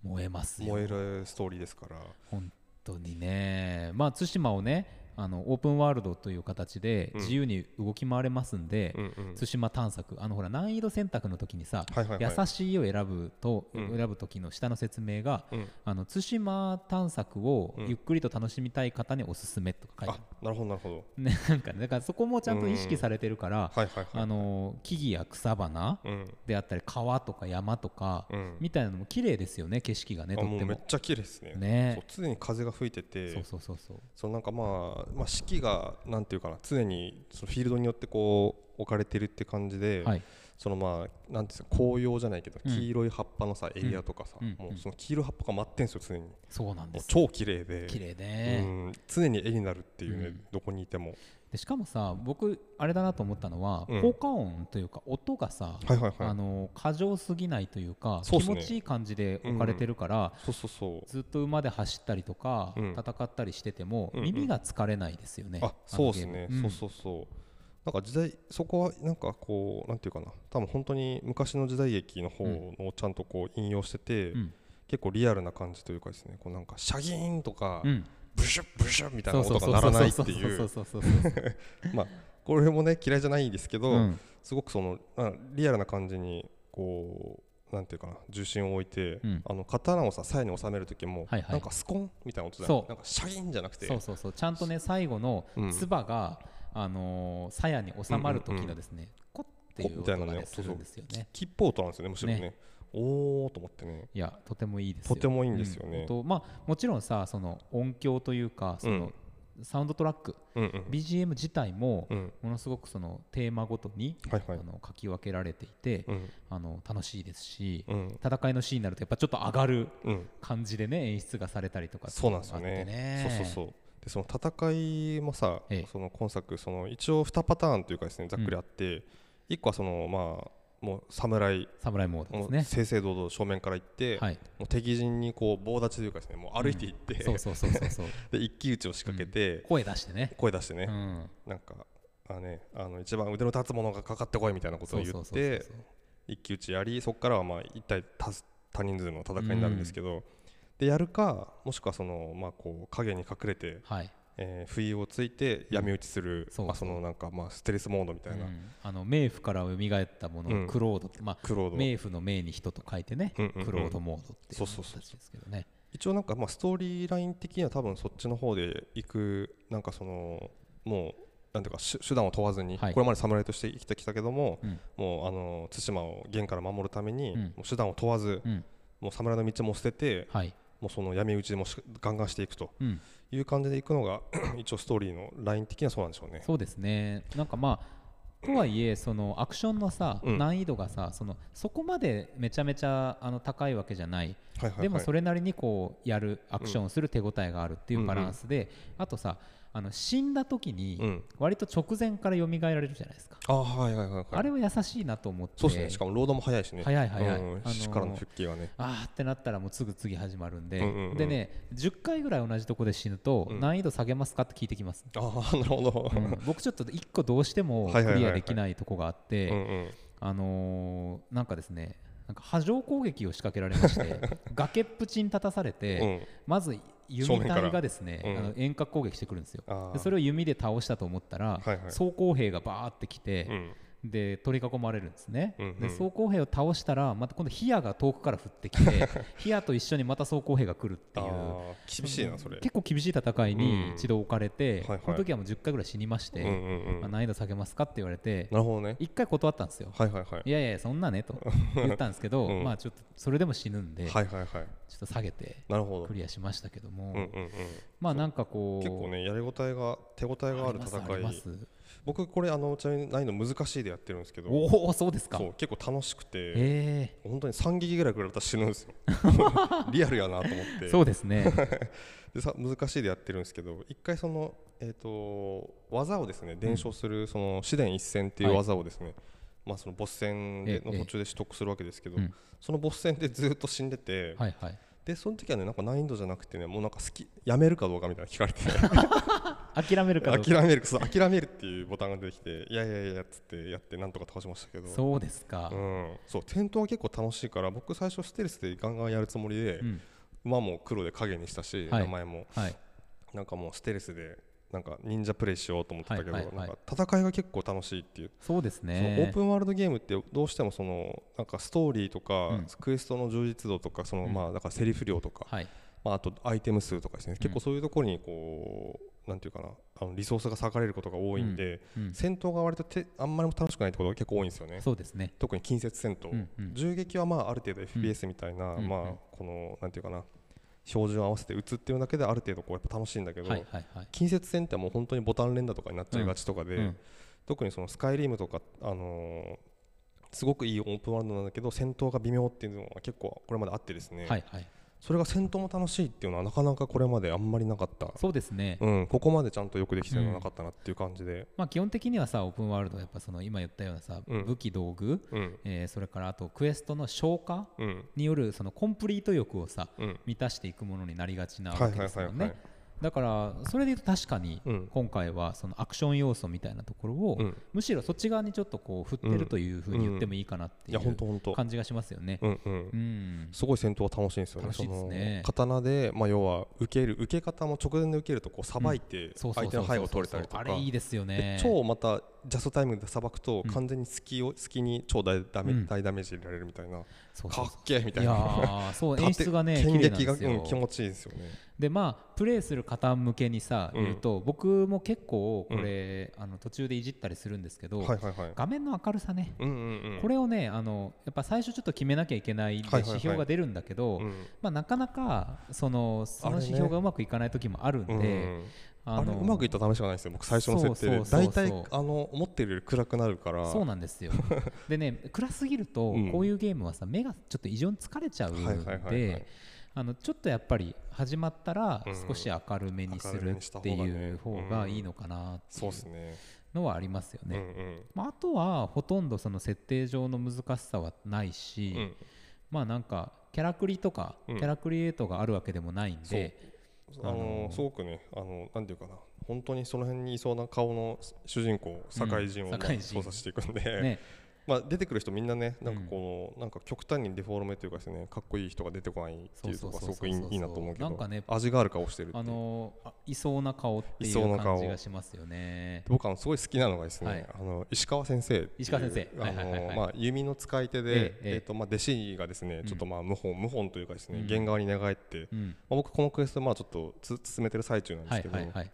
[SPEAKER 1] 燃えますよ
[SPEAKER 2] 燃えるストーリーですから、
[SPEAKER 1] 本当にね、まあ、対馬をねあのオープンワールドという形で
[SPEAKER 2] うん
[SPEAKER 1] 自由に動き回れますんで、
[SPEAKER 2] うんうん
[SPEAKER 1] 対馬探索あのほら難易度選択の時にさ「
[SPEAKER 2] はいはいはい
[SPEAKER 1] 優しい」を選ぶと、
[SPEAKER 2] うん
[SPEAKER 1] 選ぶ時の下の説明が
[SPEAKER 2] うん
[SPEAKER 1] 「あの対馬探索を
[SPEAKER 2] うん
[SPEAKER 1] ゆっくりと楽しみたい方におすすめ」とか書い
[SPEAKER 2] あ
[SPEAKER 1] てあ
[SPEAKER 2] なるほどなるほど
[SPEAKER 1] る、ね、なんかねだからそこもちゃんと意識されてるから、
[SPEAKER 2] はいはいはい
[SPEAKER 1] あの木々や草花
[SPEAKER 2] うん
[SPEAKER 1] であったり川とか山とか、
[SPEAKER 2] うん
[SPEAKER 1] みたいなのも綺麗ですよね景色がね
[SPEAKER 2] あ
[SPEAKER 1] とっ
[SPEAKER 2] も
[SPEAKER 1] て
[SPEAKER 2] うめっ
[SPEAKER 1] も。
[SPEAKER 2] ちゃ綺麗ですね
[SPEAKER 1] ね
[SPEAKER 2] そう常に風が吹いてて
[SPEAKER 1] そうそうそうそう
[SPEAKER 2] そのなんかまあ、まあ、四季がなんていうかな常にそのフィールドによってこう置かれてるって感じで、
[SPEAKER 1] はい
[SPEAKER 2] そのまあなんていうんですか紅葉じゃないけど、
[SPEAKER 1] うん
[SPEAKER 2] 黄色い葉っぱのさエリアとかさ、
[SPEAKER 1] うん
[SPEAKER 2] も
[SPEAKER 1] うん
[SPEAKER 2] うその黄色い葉っぱが舞ってんすよ常に、も
[SPEAKER 1] そうなんで
[SPEAKER 2] う
[SPEAKER 1] す
[SPEAKER 2] 超綺麗で
[SPEAKER 1] 綺麗
[SPEAKER 2] う
[SPEAKER 1] ね、
[SPEAKER 2] ん、常に絵になるっていうね、
[SPEAKER 1] うん
[SPEAKER 2] どこにいても
[SPEAKER 1] でしかもさ僕あれだなと思ったのは、
[SPEAKER 2] うん
[SPEAKER 1] 効果音というか音がさ、
[SPEAKER 2] はいはいは
[SPEAKER 1] あ
[SPEAKER 2] い
[SPEAKER 1] の過剰すぎないというか
[SPEAKER 2] そうっ
[SPEAKER 1] 気
[SPEAKER 2] す
[SPEAKER 1] 持
[SPEAKER 2] ね
[SPEAKER 1] ちいい感じで置かれてるから、
[SPEAKER 2] そうそうそう
[SPEAKER 1] ずっと馬で走ったりとか、
[SPEAKER 2] うん
[SPEAKER 1] 戦ったりしてても、
[SPEAKER 2] うんうん
[SPEAKER 1] 耳が疲れないですよね。
[SPEAKER 2] あそうですね、そう
[SPEAKER 1] う
[SPEAKER 2] そうそうなんか時代そこはなんかこうなんていうかな多分本当に昔の時代劇の方
[SPEAKER 1] うん
[SPEAKER 2] のをちゃんとこう引用してて、
[SPEAKER 1] んうん
[SPEAKER 2] 結構リアルな感じというかですねこうなんかシャギーンとか、
[SPEAKER 1] うん、
[SPEAKER 2] ブシュッブシュッみたい
[SPEAKER 1] そ
[SPEAKER 2] な
[SPEAKER 1] うそう
[SPEAKER 2] 音が
[SPEAKER 1] そう
[SPEAKER 2] 鳴らないって
[SPEAKER 1] そ
[SPEAKER 2] いうう
[SPEAKER 1] そうそうそうそう
[SPEAKER 2] まあこれもね嫌いじゃないんですけど、
[SPEAKER 1] うん
[SPEAKER 2] すごくそのあリアルな感じにこうなんていうかな重心を置いて、
[SPEAKER 1] うん
[SPEAKER 2] あの刀をさ鞘に収める時も、
[SPEAKER 1] はいはい
[SPEAKER 2] なんかスコンみたいな音じゃない
[SPEAKER 1] そう
[SPEAKER 2] なんかシャギーンじゃなくて
[SPEAKER 1] そうそうそうちゃんとね最後の
[SPEAKER 2] うん
[SPEAKER 1] 唾が、あのー鞘に収まる時のですね、コッっていう
[SPEAKER 2] コッみたい
[SPEAKER 1] 音
[SPEAKER 2] なね
[SPEAKER 1] が、ね、す
[SPEAKER 2] 音
[SPEAKER 1] るんですよね。
[SPEAKER 2] キッポートなんですよねむしろね
[SPEAKER 1] ね
[SPEAKER 2] おーと思ってね
[SPEAKER 1] いやとてもいいですよ
[SPEAKER 2] とてもいいんですよ
[SPEAKER 1] うん
[SPEAKER 2] ね
[SPEAKER 1] とまあ、もちろんさその音響というかその、サウンドトラック
[SPEAKER 2] うんうん。
[SPEAKER 1] BGM 自体も
[SPEAKER 2] うん。
[SPEAKER 1] ものすごくそのテーマごとに、
[SPEAKER 2] はいはい
[SPEAKER 1] あ。の書き分けられていて、
[SPEAKER 2] うん。
[SPEAKER 1] あの楽しいですし、
[SPEAKER 2] うん。
[SPEAKER 1] 戦いのシーンになるとやっぱちょっと上がる
[SPEAKER 2] うん。
[SPEAKER 1] 感じでね演出がされたりとか
[SPEAKER 2] そうなんですよ
[SPEAKER 1] っていうのがあ
[SPEAKER 2] ね
[SPEAKER 1] っ。て
[SPEAKER 2] そうそうそう。でその戦いもさ、
[SPEAKER 1] ええ
[SPEAKER 2] その今作その一応2パターンというかですねざっくりあって、一1個はそのまあもう侍
[SPEAKER 1] 侍モード
[SPEAKER 2] も
[SPEAKER 1] で
[SPEAKER 2] う
[SPEAKER 1] す
[SPEAKER 2] 正々堂々正面から行って、
[SPEAKER 1] ねはい
[SPEAKER 2] もう敵陣にこう棒立ちというかですねもう歩いて行って、
[SPEAKER 1] そうそうそうそう そう
[SPEAKER 2] で一騎打ちを仕掛けて、
[SPEAKER 1] 声出してね
[SPEAKER 2] 声出してね、
[SPEAKER 1] うん
[SPEAKER 2] なんかあのねあの一番腕の立つものがかかってこいみたいなことを言
[SPEAKER 1] そう
[SPEAKER 2] っ
[SPEAKER 1] そうそう
[SPEAKER 2] て
[SPEAKER 1] そう
[SPEAKER 2] 一騎打ちやりそこからはまあ一体多数多人数の戦いになるんですけど、でやるかもしくはその、まあ、こう影に隠れて
[SPEAKER 1] はい
[SPEAKER 2] えー不意をついて闇討ちする、
[SPEAKER 1] そう
[SPEAKER 2] まあ、そのなんかまあステレスモードみたいな、
[SPEAKER 1] うんあの冥府から蘇ったも
[SPEAKER 2] う
[SPEAKER 1] のを
[SPEAKER 2] ん
[SPEAKER 1] クロードって、まあ
[SPEAKER 2] クロード
[SPEAKER 1] 冥府の冥に人と書いてね、
[SPEAKER 2] うんうんうん
[SPEAKER 1] クロードモードっていう
[SPEAKER 2] そうそうそう
[SPEAKER 1] 形ですけどね
[SPEAKER 2] 一応なんかまあストーリーライン的には多分そっちの方で行くなんかそのもうなんていうか手手段を問わずに、
[SPEAKER 1] はい
[SPEAKER 2] これまで侍として生きてきたけども、
[SPEAKER 1] うん
[SPEAKER 2] もうあの対馬を元から守るために、
[SPEAKER 1] うん
[SPEAKER 2] もう手段を問わず、
[SPEAKER 1] うん
[SPEAKER 2] もう侍の道も捨てて
[SPEAKER 1] はい
[SPEAKER 2] もうその闇討ちでもしガンガンしていくと
[SPEAKER 1] うん
[SPEAKER 2] いう感じで行くのが 一応ストーリーのライン的にはそうなんでしょうね。
[SPEAKER 1] そうですねなんかまあとはいえそのアクションのさ、
[SPEAKER 2] うん
[SPEAKER 1] 難易度がさそのそこまでめちゃめちゃあの高いわけじゃない
[SPEAKER 2] はいはいはい、
[SPEAKER 1] でもそれなりにこうやるアクションをする手応えがあるっていうバランスで、あとさあの死んだ時
[SPEAKER 2] う
[SPEAKER 1] に
[SPEAKER 2] ん、
[SPEAKER 1] 割と直前から蘇られるじゃないですか、
[SPEAKER 2] あはいはいはいはい
[SPEAKER 1] あれは優しいなと思って
[SPEAKER 2] そうですね、しかもロードも早いしね
[SPEAKER 1] 早い早い
[SPEAKER 2] う
[SPEAKER 1] あ
[SPEAKER 2] ん
[SPEAKER 1] のー
[SPEAKER 2] 死からの復帰がね
[SPEAKER 1] あーってなったらもうすぐ次始まるんで、
[SPEAKER 2] うんうんうん
[SPEAKER 1] でね10回ぐらい同じとこで死ぬと
[SPEAKER 2] うん
[SPEAKER 1] 難易度下げますかって聞いてき ます、
[SPEAKER 2] ああなるほど、
[SPEAKER 1] うん僕ちょっと1個どうしても
[SPEAKER 2] はいはい
[SPEAKER 1] ク
[SPEAKER 2] はい
[SPEAKER 1] リ
[SPEAKER 2] はい
[SPEAKER 1] アできないとこがあっ
[SPEAKER 2] う
[SPEAKER 1] て、
[SPEAKER 2] んうん、
[SPEAKER 1] あのーなんかですねなんか波状攻撃を仕掛けられまして 崖っぷちに立たされて、
[SPEAKER 2] うん
[SPEAKER 1] まず
[SPEAKER 2] 正
[SPEAKER 1] 弓
[SPEAKER 2] 面から
[SPEAKER 1] 隊がですね、
[SPEAKER 2] うん
[SPEAKER 1] あの遠隔攻撃してくるんですよ
[SPEAKER 2] あー
[SPEAKER 1] でそれを弓で倒したと思ったら、
[SPEAKER 2] はいはい
[SPEAKER 1] 装甲兵がバーって来て、
[SPEAKER 2] うん
[SPEAKER 1] で取り囲まれるんですね、
[SPEAKER 2] うんうん
[SPEAKER 1] で装甲兵を倒したらまた今度ヒヤが遠くから降ってき てヒヤと一緒にまた装甲兵が来るって
[SPEAKER 2] あ
[SPEAKER 1] いう
[SPEAKER 2] あ厳しいなそれ
[SPEAKER 1] 結構厳しい戦いに一度置かれて、
[SPEAKER 2] うんはいはい
[SPEAKER 1] この時はもう10回ぐらい死にまして、
[SPEAKER 2] うんうんう
[SPEAKER 1] まあ
[SPEAKER 2] ん、な
[SPEAKER 1] 難易度下げますかって言われて
[SPEAKER 2] るほどね
[SPEAKER 1] 1回断ったんですよ、
[SPEAKER 2] はいはいはい
[SPEAKER 1] いやいやそんなねと言ったんですけど、
[SPEAKER 2] うん
[SPEAKER 1] まあちょっとそれでも死ぬんで、
[SPEAKER 2] はいはいはい
[SPEAKER 1] ちょっと下げて
[SPEAKER 2] なるほど
[SPEAKER 1] クリアしましたけども、
[SPEAKER 2] うんうんうん、
[SPEAKER 1] まあなんかこう
[SPEAKER 2] 結構ねやりごたえが手応えがある戦
[SPEAKER 1] ります
[SPEAKER 2] い
[SPEAKER 1] ります
[SPEAKER 2] 僕これあのちなみに難易度難しいでやってるんですけど
[SPEAKER 1] おおそうですか
[SPEAKER 2] そう結構楽しくて
[SPEAKER 1] え
[SPEAKER 2] 本当に3撃ぐらい食らったら死ぬ んですよリアルやなと思っ
[SPEAKER 1] え
[SPEAKER 2] て
[SPEAKER 1] そうです ね
[SPEAKER 2] でさ難しいでやってるんですけど一回その、えー、と技をですね伝承するその四伝一戦っていう
[SPEAKER 1] はい
[SPEAKER 2] 技をですね、まあ、そのボス戦で
[SPEAKER 1] ええ
[SPEAKER 2] の途中で取得するわけですけど、
[SPEAKER 1] うん
[SPEAKER 2] そのボス戦でずっと死んでて、
[SPEAKER 1] はいはい
[SPEAKER 2] でその時はねなんか難易度じゃなくてねもうなんか好きやめるかどうかみたいなの聞か れて
[SPEAKER 1] 諦めるかどうか
[SPEAKER 2] 諦めるそう諦めるっていうボタンが出てきていやいやいやっつってやってなんとか倒しましたけど
[SPEAKER 1] そうですか、
[SPEAKER 2] うん、そう戦闘は結構楽しいから僕最初ステルスでガンガンやるつもりで、
[SPEAKER 1] うん
[SPEAKER 2] 馬も黒で影にしたし、
[SPEAKER 1] はい
[SPEAKER 2] 名前も
[SPEAKER 1] はい
[SPEAKER 2] なんかもうステルスでなんか忍者プレイしようと思ってたけど、
[SPEAKER 1] はいはいはい
[SPEAKER 2] なんか戦いが結構楽しいっていう、
[SPEAKER 1] そうです
[SPEAKER 2] そのオ
[SPEAKER 1] ね
[SPEAKER 2] ープンワールドゲームってどうしてもそのなんかストーリーとか、
[SPEAKER 1] うん
[SPEAKER 2] クエストの充実度とかその、
[SPEAKER 1] うん
[SPEAKER 2] まあだからセリフ量とか、
[SPEAKER 1] はい
[SPEAKER 2] まあ、あとアイテム数とかですね、結構そういうところにこうなんていうかなあのリソースが割かれることが多いんで、
[SPEAKER 1] うん
[SPEAKER 2] 戦闘が割とてあんまりも楽しくないってことが結構多いんですよね。
[SPEAKER 1] そうですね
[SPEAKER 2] 特に近接戦闘、
[SPEAKER 1] うんうん
[SPEAKER 2] 銃撃はまあある程度 FPS みたいな、
[SPEAKER 1] うん
[SPEAKER 2] まあ
[SPEAKER 1] うんうん
[SPEAKER 2] このなんていうかな照準を合わせて撃つっていうだけである程度こうやっぱ楽しいんだけど、
[SPEAKER 1] はいはいはい
[SPEAKER 2] 近接戦ってもう本当にボタン連打とかになっちゃいがちとかで、
[SPEAKER 1] うん
[SPEAKER 2] 特にそのスカイリームとか、あのーすごくいいオープンワールドなんだけど戦闘が微妙っていうのは結構これまであってですね、
[SPEAKER 1] はいはい
[SPEAKER 2] それが戦闘も楽しいっていうのはなかなかこれまであんまりなかった、
[SPEAKER 1] そうですね、
[SPEAKER 2] うん、ここまでちゃんとよくできてるのはなかったなっていう感じで、
[SPEAKER 1] まあ基本的にはさオープンワールドはやっぱその今言ったようなさ、
[SPEAKER 2] うん
[SPEAKER 1] 武器道具、
[SPEAKER 2] うん
[SPEAKER 1] えーそれからあとクエストの消化
[SPEAKER 2] うん
[SPEAKER 1] によるそのコンプリート欲をさ
[SPEAKER 2] うん、
[SPEAKER 1] 満たしていくものになりがちな
[SPEAKER 2] はいは
[SPEAKER 1] わ
[SPEAKER 2] い
[SPEAKER 1] けです
[SPEAKER 2] はい
[SPEAKER 1] よ
[SPEAKER 2] はい
[SPEAKER 1] ね、だからそれで言うと確かに
[SPEAKER 2] うん
[SPEAKER 1] 今回はそのアクション要素みたいなところを、
[SPEAKER 2] うん、
[SPEAKER 1] むしろそっち側にちょっとこう振ってるというふうに言ってもいいかなって
[SPEAKER 2] い
[SPEAKER 1] い
[SPEAKER 2] や本
[SPEAKER 1] う
[SPEAKER 2] 当本当
[SPEAKER 1] 感じがしますよね。
[SPEAKER 2] うんうん
[SPEAKER 1] うん、
[SPEAKER 2] すごい戦闘は楽しいんですよね。
[SPEAKER 1] 楽しいですね
[SPEAKER 2] その刀で、まあ、要は受ける受け方も直前で受けるとこうさばいて
[SPEAKER 1] そうそう
[SPEAKER 2] 相手
[SPEAKER 1] そう
[SPEAKER 2] の
[SPEAKER 1] そう
[SPEAKER 2] 背後を取れたりとか
[SPEAKER 1] あれいいですよ
[SPEAKER 2] で
[SPEAKER 1] ね。
[SPEAKER 2] 超またジャストタイムでさばくと
[SPEAKER 1] うん
[SPEAKER 2] 完全に隙を隙に超大ダメ、
[SPEAKER 1] うん
[SPEAKER 2] 大ダメージ入れられるみたいな、
[SPEAKER 1] そうそ
[SPEAKER 2] か
[SPEAKER 1] う
[SPEAKER 2] っ
[SPEAKER 1] そう
[SPEAKER 2] けえみたい
[SPEAKER 1] いや
[SPEAKER 2] な
[SPEAKER 1] ーそう
[SPEAKER 2] 縦
[SPEAKER 1] 演出がね
[SPEAKER 2] 剣
[SPEAKER 1] 綺麗なん
[SPEAKER 2] 撃が、
[SPEAKER 1] ですよ
[SPEAKER 2] うん、気持ちいいですよね。
[SPEAKER 1] でまあプレイする方向けにさ
[SPEAKER 2] うん
[SPEAKER 1] 言うと、僕も結構これ、あの途中でいじったりするんですけど、
[SPEAKER 2] はいはいはい
[SPEAKER 1] 画面の明るさね、
[SPEAKER 2] うんうんうん
[SPEAKER 1] これをねあのやっぱ最初ちょっと決めなきゃいけないんで
[SPEAKER 2] はいはいはい
[SPEAKER 1] 指標が出るんだけど、
[SPEAKER 2] うん
[SPEAKER 1] まあ、なかなかそのその
[SPEAKER 2] あれね
[SPEAKER 1] 指標がうまくいかない時もあるんで、
[SPEAKER 2] うんうん
[SPEAKER 1] あ
[SPEAKER 2] あれ
[SPEAKER 1] の
[SPEAKER 2] うまくいった試しがないんですよ僕最初の設定で
[SPEAKER 1] そうそうそうそう
[SPEAKER 2] 大体あの思ってるより暗くなるから
[SPEAKER 1] そうなんです よでね暗すぎると
[SPEAKER 2] うん
[SPEAKER 1] こういうゲームはさ目がちょっと異常に疲れちゃう
[SPEAKER 2] はい
[SPEAKER 1] ん
[SPEAKER 2] はいはいはい
[SPEAKER 1] であのちょっとやっぱり始まったら
[SPEAKER 2] うん
[SPEAKER 1] 少し明るめにす
[SPEAKER 2] 明るめ
[SPEAKER 1] る
[SPEAKER 2] にした
[SPEAKER 1] っ
[SPEAKER 2] 方が
[SPEAKER 1] て
[SPEAKER 2] ね
[SPEAKER 1] いう方がいいのかなってい
[SPEAKER 2] そう
[SPEAKER 1] う
[SPEAKER 2] ですね
[SPEAKER 1] のはありますよ
[SPEAKER 2] うん
[SPEAKER 1] ね。まあ、あとはほとんどその設定上の難しさはないし、
[SPEAKER 2] うんうん
[SPEAKER 1] まあなんかキャラクリとかキ
[SPEAKER 2] うん
[SPEAKER 1] ャラクリエイトがあるわけでもないんで、
[SPEAKER 2] あのすごくねあのなんていうかな本当にその辺にいそうな顔の主人公社会人
[SPEAKER 1] う
[SPEAKER 2] を、
[SPEAKER 1] ん堺人
[SPEAKER 2] 操作していくんで、
[SPEAKER 1] ね
[SPEAKER 2] まあ出てくる人みんなねなんかこう、なんか極端にデフォルメというかですねかっこいい人が出てこないっていうところがすごくいい
[SPEAKER 1] そうそうそうそう
[SPEAKER 2] いいなと思うけど
[SPEAKER 1] なんかね
[SPEAKER 2] 味がある顔してるってい
[SPEAKER 1] あ
[SPEAKER 2] う
[SPEAKER 1] のあいそうな顔ってい
[SPEAKER 2] いそう
[SPEAKER 1] う
[SPEAKER 2] な顔
[SPEAKER 1] 感じがしますよね。
[SPEAKER 2] 僕あのすごい好きなのがですね、
[SPEAKER 1] はい
[SPEAKER 2] あの石川先生っていう
[SPEAKER 1] 石川先生
[SPEAKER 2] あ
[SPEAKER 1] はいはいはいは
[SPEAKER 2] の
[SPEAKER 1] い
[SPEAKER 2] まあ弓の使い手で、
[SPEAKER 1] え
[SPEAKER 2] え
[SPEAKER 1] えええ
[SPEAKER 2] っとまあ弟子がですね
[SPEAKER 1] うん
[SPEAKER 2] ちょっとまあ謀反謀反というかですね、
[SPEAKER 1] うん
[SPEAKER 2] 原側に寝返って、まあ、
[SPEAKER 1] うん、
[SPEAKER 2] 僕このクエストまあちょっとつ進めてる最中なんで
[SPEAKER 1] は
[SPEAKER 2] す
[SPEAKER 1] い
[SPEAKER 2] けど、
[SPEAKER 1] はいはい。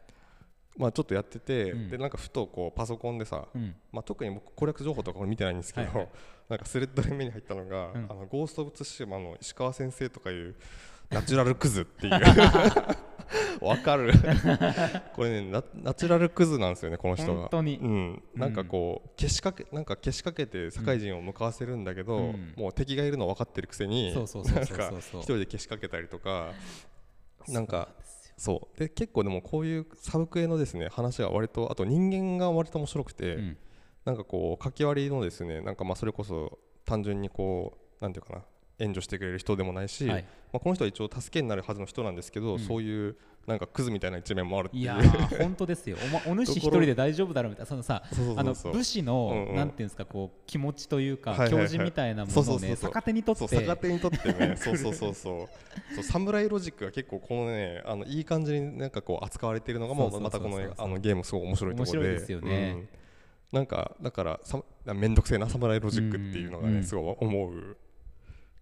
[SPEAKER 2] まあちょっとやってて、
[SPEAKER 1] うん
[SPEAKER 2] でなんかふとこうパソコンでさ、
[SPEAKER 1] うん
[SPEAKER 2] まあ特に僕攻略情報とかこれ見てないんですけど、
[SPEAKER 1] はいはい
[SPEAKER 2] なんかスレッドで目に入ったのが、
[SPEAKER 1] うん
[SPEAKER 2] あのゴースト・オブ・ツシマの石川先生とかいうナチュラルクズっていう わかるこれねナナチュラルクズなんですよねこの人が
[SPEAKER 1] 本当に
[SPEAKER 2] うん、なんかこうけしかけなんかけしかけて社会人を向かわせるんだけど、
[SPEAKER 1] うん
[SPEAKER 2] もう敵がいるの分かってるくせに
[SPEAKER 1] そうそうそう
[SPEAKER 2] なん
[SPEAKER 1] そう
[SPEAKER 2] か
[SPEAKER 1] そう
[SPEAKER 2] 一人でけしかけたりとかなんか
[SPEAKER 1] ですよ
[SPEAKER 2] そうで結構でもこういうサブクエのですね話は割とあと人間が割と面白くて、
[SPEAKER 1] うん
[SPEAKER 2] なんかこう書き割りのですねなんかまあそれこそ単純にこうなんていうかな援助してくれる人でもないし、
[SPEAKER 1] はい
[SPEAKER 2] まあ、この人は一応助けになるはずの人なんですけど、
[SPEAKER 1] うん
[SPEAKER 2] そういうなんかクズみたいな一面もあるっていう
[SPEAKER 1] いやー本当ですよお,、ま、お主一人で大丈夫だろうみたいなそのさ
[SPEAKER 2] そうそうそうそう
[SPEAKER 1] あの武士の、
[SPEAKER 2] うんうん
[SPEAKER 1] なんていうんですかこう気持ちというか、
[SPEAKER 2] はいはいはい
[SPEAKER 1] 教示みたいなも
[SPEAKER 2] そう
[SPEAKER 1] のを
[SPEAKER 2] そうそうそ
[SPEAKER 1] ね
[SPEAKER 2] う
[SPEAKER 1] 逆手にとって
[SPEAKER 2] そう逆手に とってねそうそうそうそうそう侍ロジックが結構このねあのいい感じになんかこう扱われているのがも
[SPEAKER 1] そううそ
[SPEAKER 2] ま
[SPEAKER 1] うそ
[SPEAKER 2] た
[SPEAKER 1] う
[SPEAKER 2] このね
[SPEAKER 1] そう
[SPEAKER 2] あのゲームすごい面白いところ
[SPEAKER 1] 面
[SPEAKER 2] で
[SPEAKER 1] 白いですよね
[SPEAKER 2] うんなんかだからさ面倒くせえな侍ロジックっていうのが
[SPEAKER 1] う
[SPEAKER 2] ね
[SPEAKER 1] ん
[SPEAKER 2] すごい思う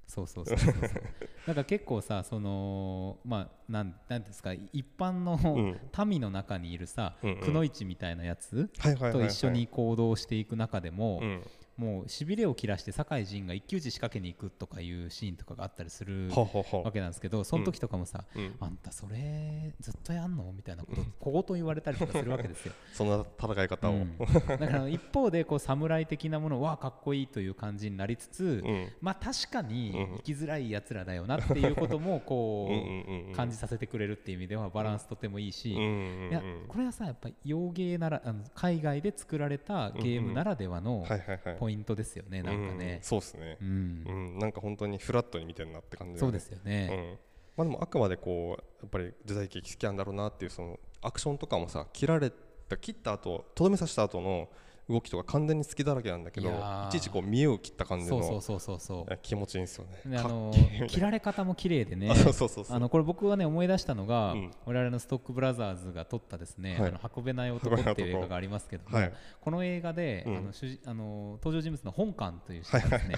[SPEAKER 1] そうそうそうそうそう なんか結構さそのまあなんなんていうんですか一般の、
[SPEAKER 2] ん
[SPEAKER 1] 民の中にいるさ、
[SPEAKER 2] うんうん
[SPEAKER 1] くのいちみたいなやつ
[SPEAKER 2] はいはいはい
[SPEAKER 1] と
[SPEAKER 2] はい
[SPEAKER 1] 一緒に行動していく中でも、
[SPEAKER 2] うん
[SPEAKER 1] もうしびれを切らして酒井仁が一騎打ち仕掛けに行くとかいうシーンとかがあったりする
[SPEAKER 2] ははは
[SPEAKER 1] わけなんですけどその時とかもさ、
[SPEAKER 2] うん
[SPEAKER 1] あんたそれずっとやんのみたいなこと小言言われたりとかするわけ ですよ。
[SPEAKER 2] そんな戦い方を
[SPEAKER 1] う
[SPEAKER 2] うんん
[SPEAKER 1] だから一方でこう侍的なものはかっこいいという感じになりつつ、まあ確かに
[SPEAKER 2] うん
[SPEAKER 1] 生きづらいやつらだよなっていうこともこ
[SPEAKER 2] うん
[SPEAKER 1] う
[SPEAKER 2] うんうん
[SPEAKER 1] 感じさせてくれるっていう意味ではバランスとてもいいし、
[SPEAKER 2] うんうんうん
[SPEAKER 1] いやこれはさやっぱり洋芸ならあの海外で作られたゲームならではの
[SPEAKER 2] はいはいはい
[SPEAKER 1] ポイントですよね、なんか
[SPEAKER 2] う
[SPEAKER 1] ね
[SPEAKER 2] ん。そうですね
[SPEAKER 1] うん、
[SPEAKER 2] うんなんか本当にフラットに見てるなって感じだよね
[SPEAKER 1] そうですよね。
[SPEAKER 2] うんまあ、でもあくまでこうやっぱり時代劇好きなんだろうなっていうそのアクションとかもさ切られた切った後とどめ刺した後の動きとか完全に隙だらけなんだけど
[SPEAKER 1] いやー
[SPEAKER 2] いちいちこう見栄を切った感じ
[SPEAKER 1] そうそう
[SPEAKER 2] の
[SPEAKER 1] そうそうそう。
[SPEAKER 2] え気持ちいいんですよ
[SPEAKER 1] で
[SPEAKER 2] ね。
[SPEAKER 1] あ
[SPEAKER 2] かっ
[SPEAKER 1] の
[SPEAKER 2] けえみたい
[SPEAKER 1] 切られ方も綺麗でね
[SPEAKER 2] あそうそうそうそう
[SPEAKER 1] あのこれ僕はね思い出したのが、
[SPEAKER 2] うん
[SPEAKER 1] 我々のストックブラザーズが撮ったですね「
[SPEAKER 2] はい
[SPEAKER 1] あの運べない男」っていう映画がありますけども、
[SPEAKER 2] 運べない男
[SPEAKER 1] この映画で、
[SPEAKER 2] うん
[SPEAKER 1] あの主人あの登場人物の本館というシーンがですね、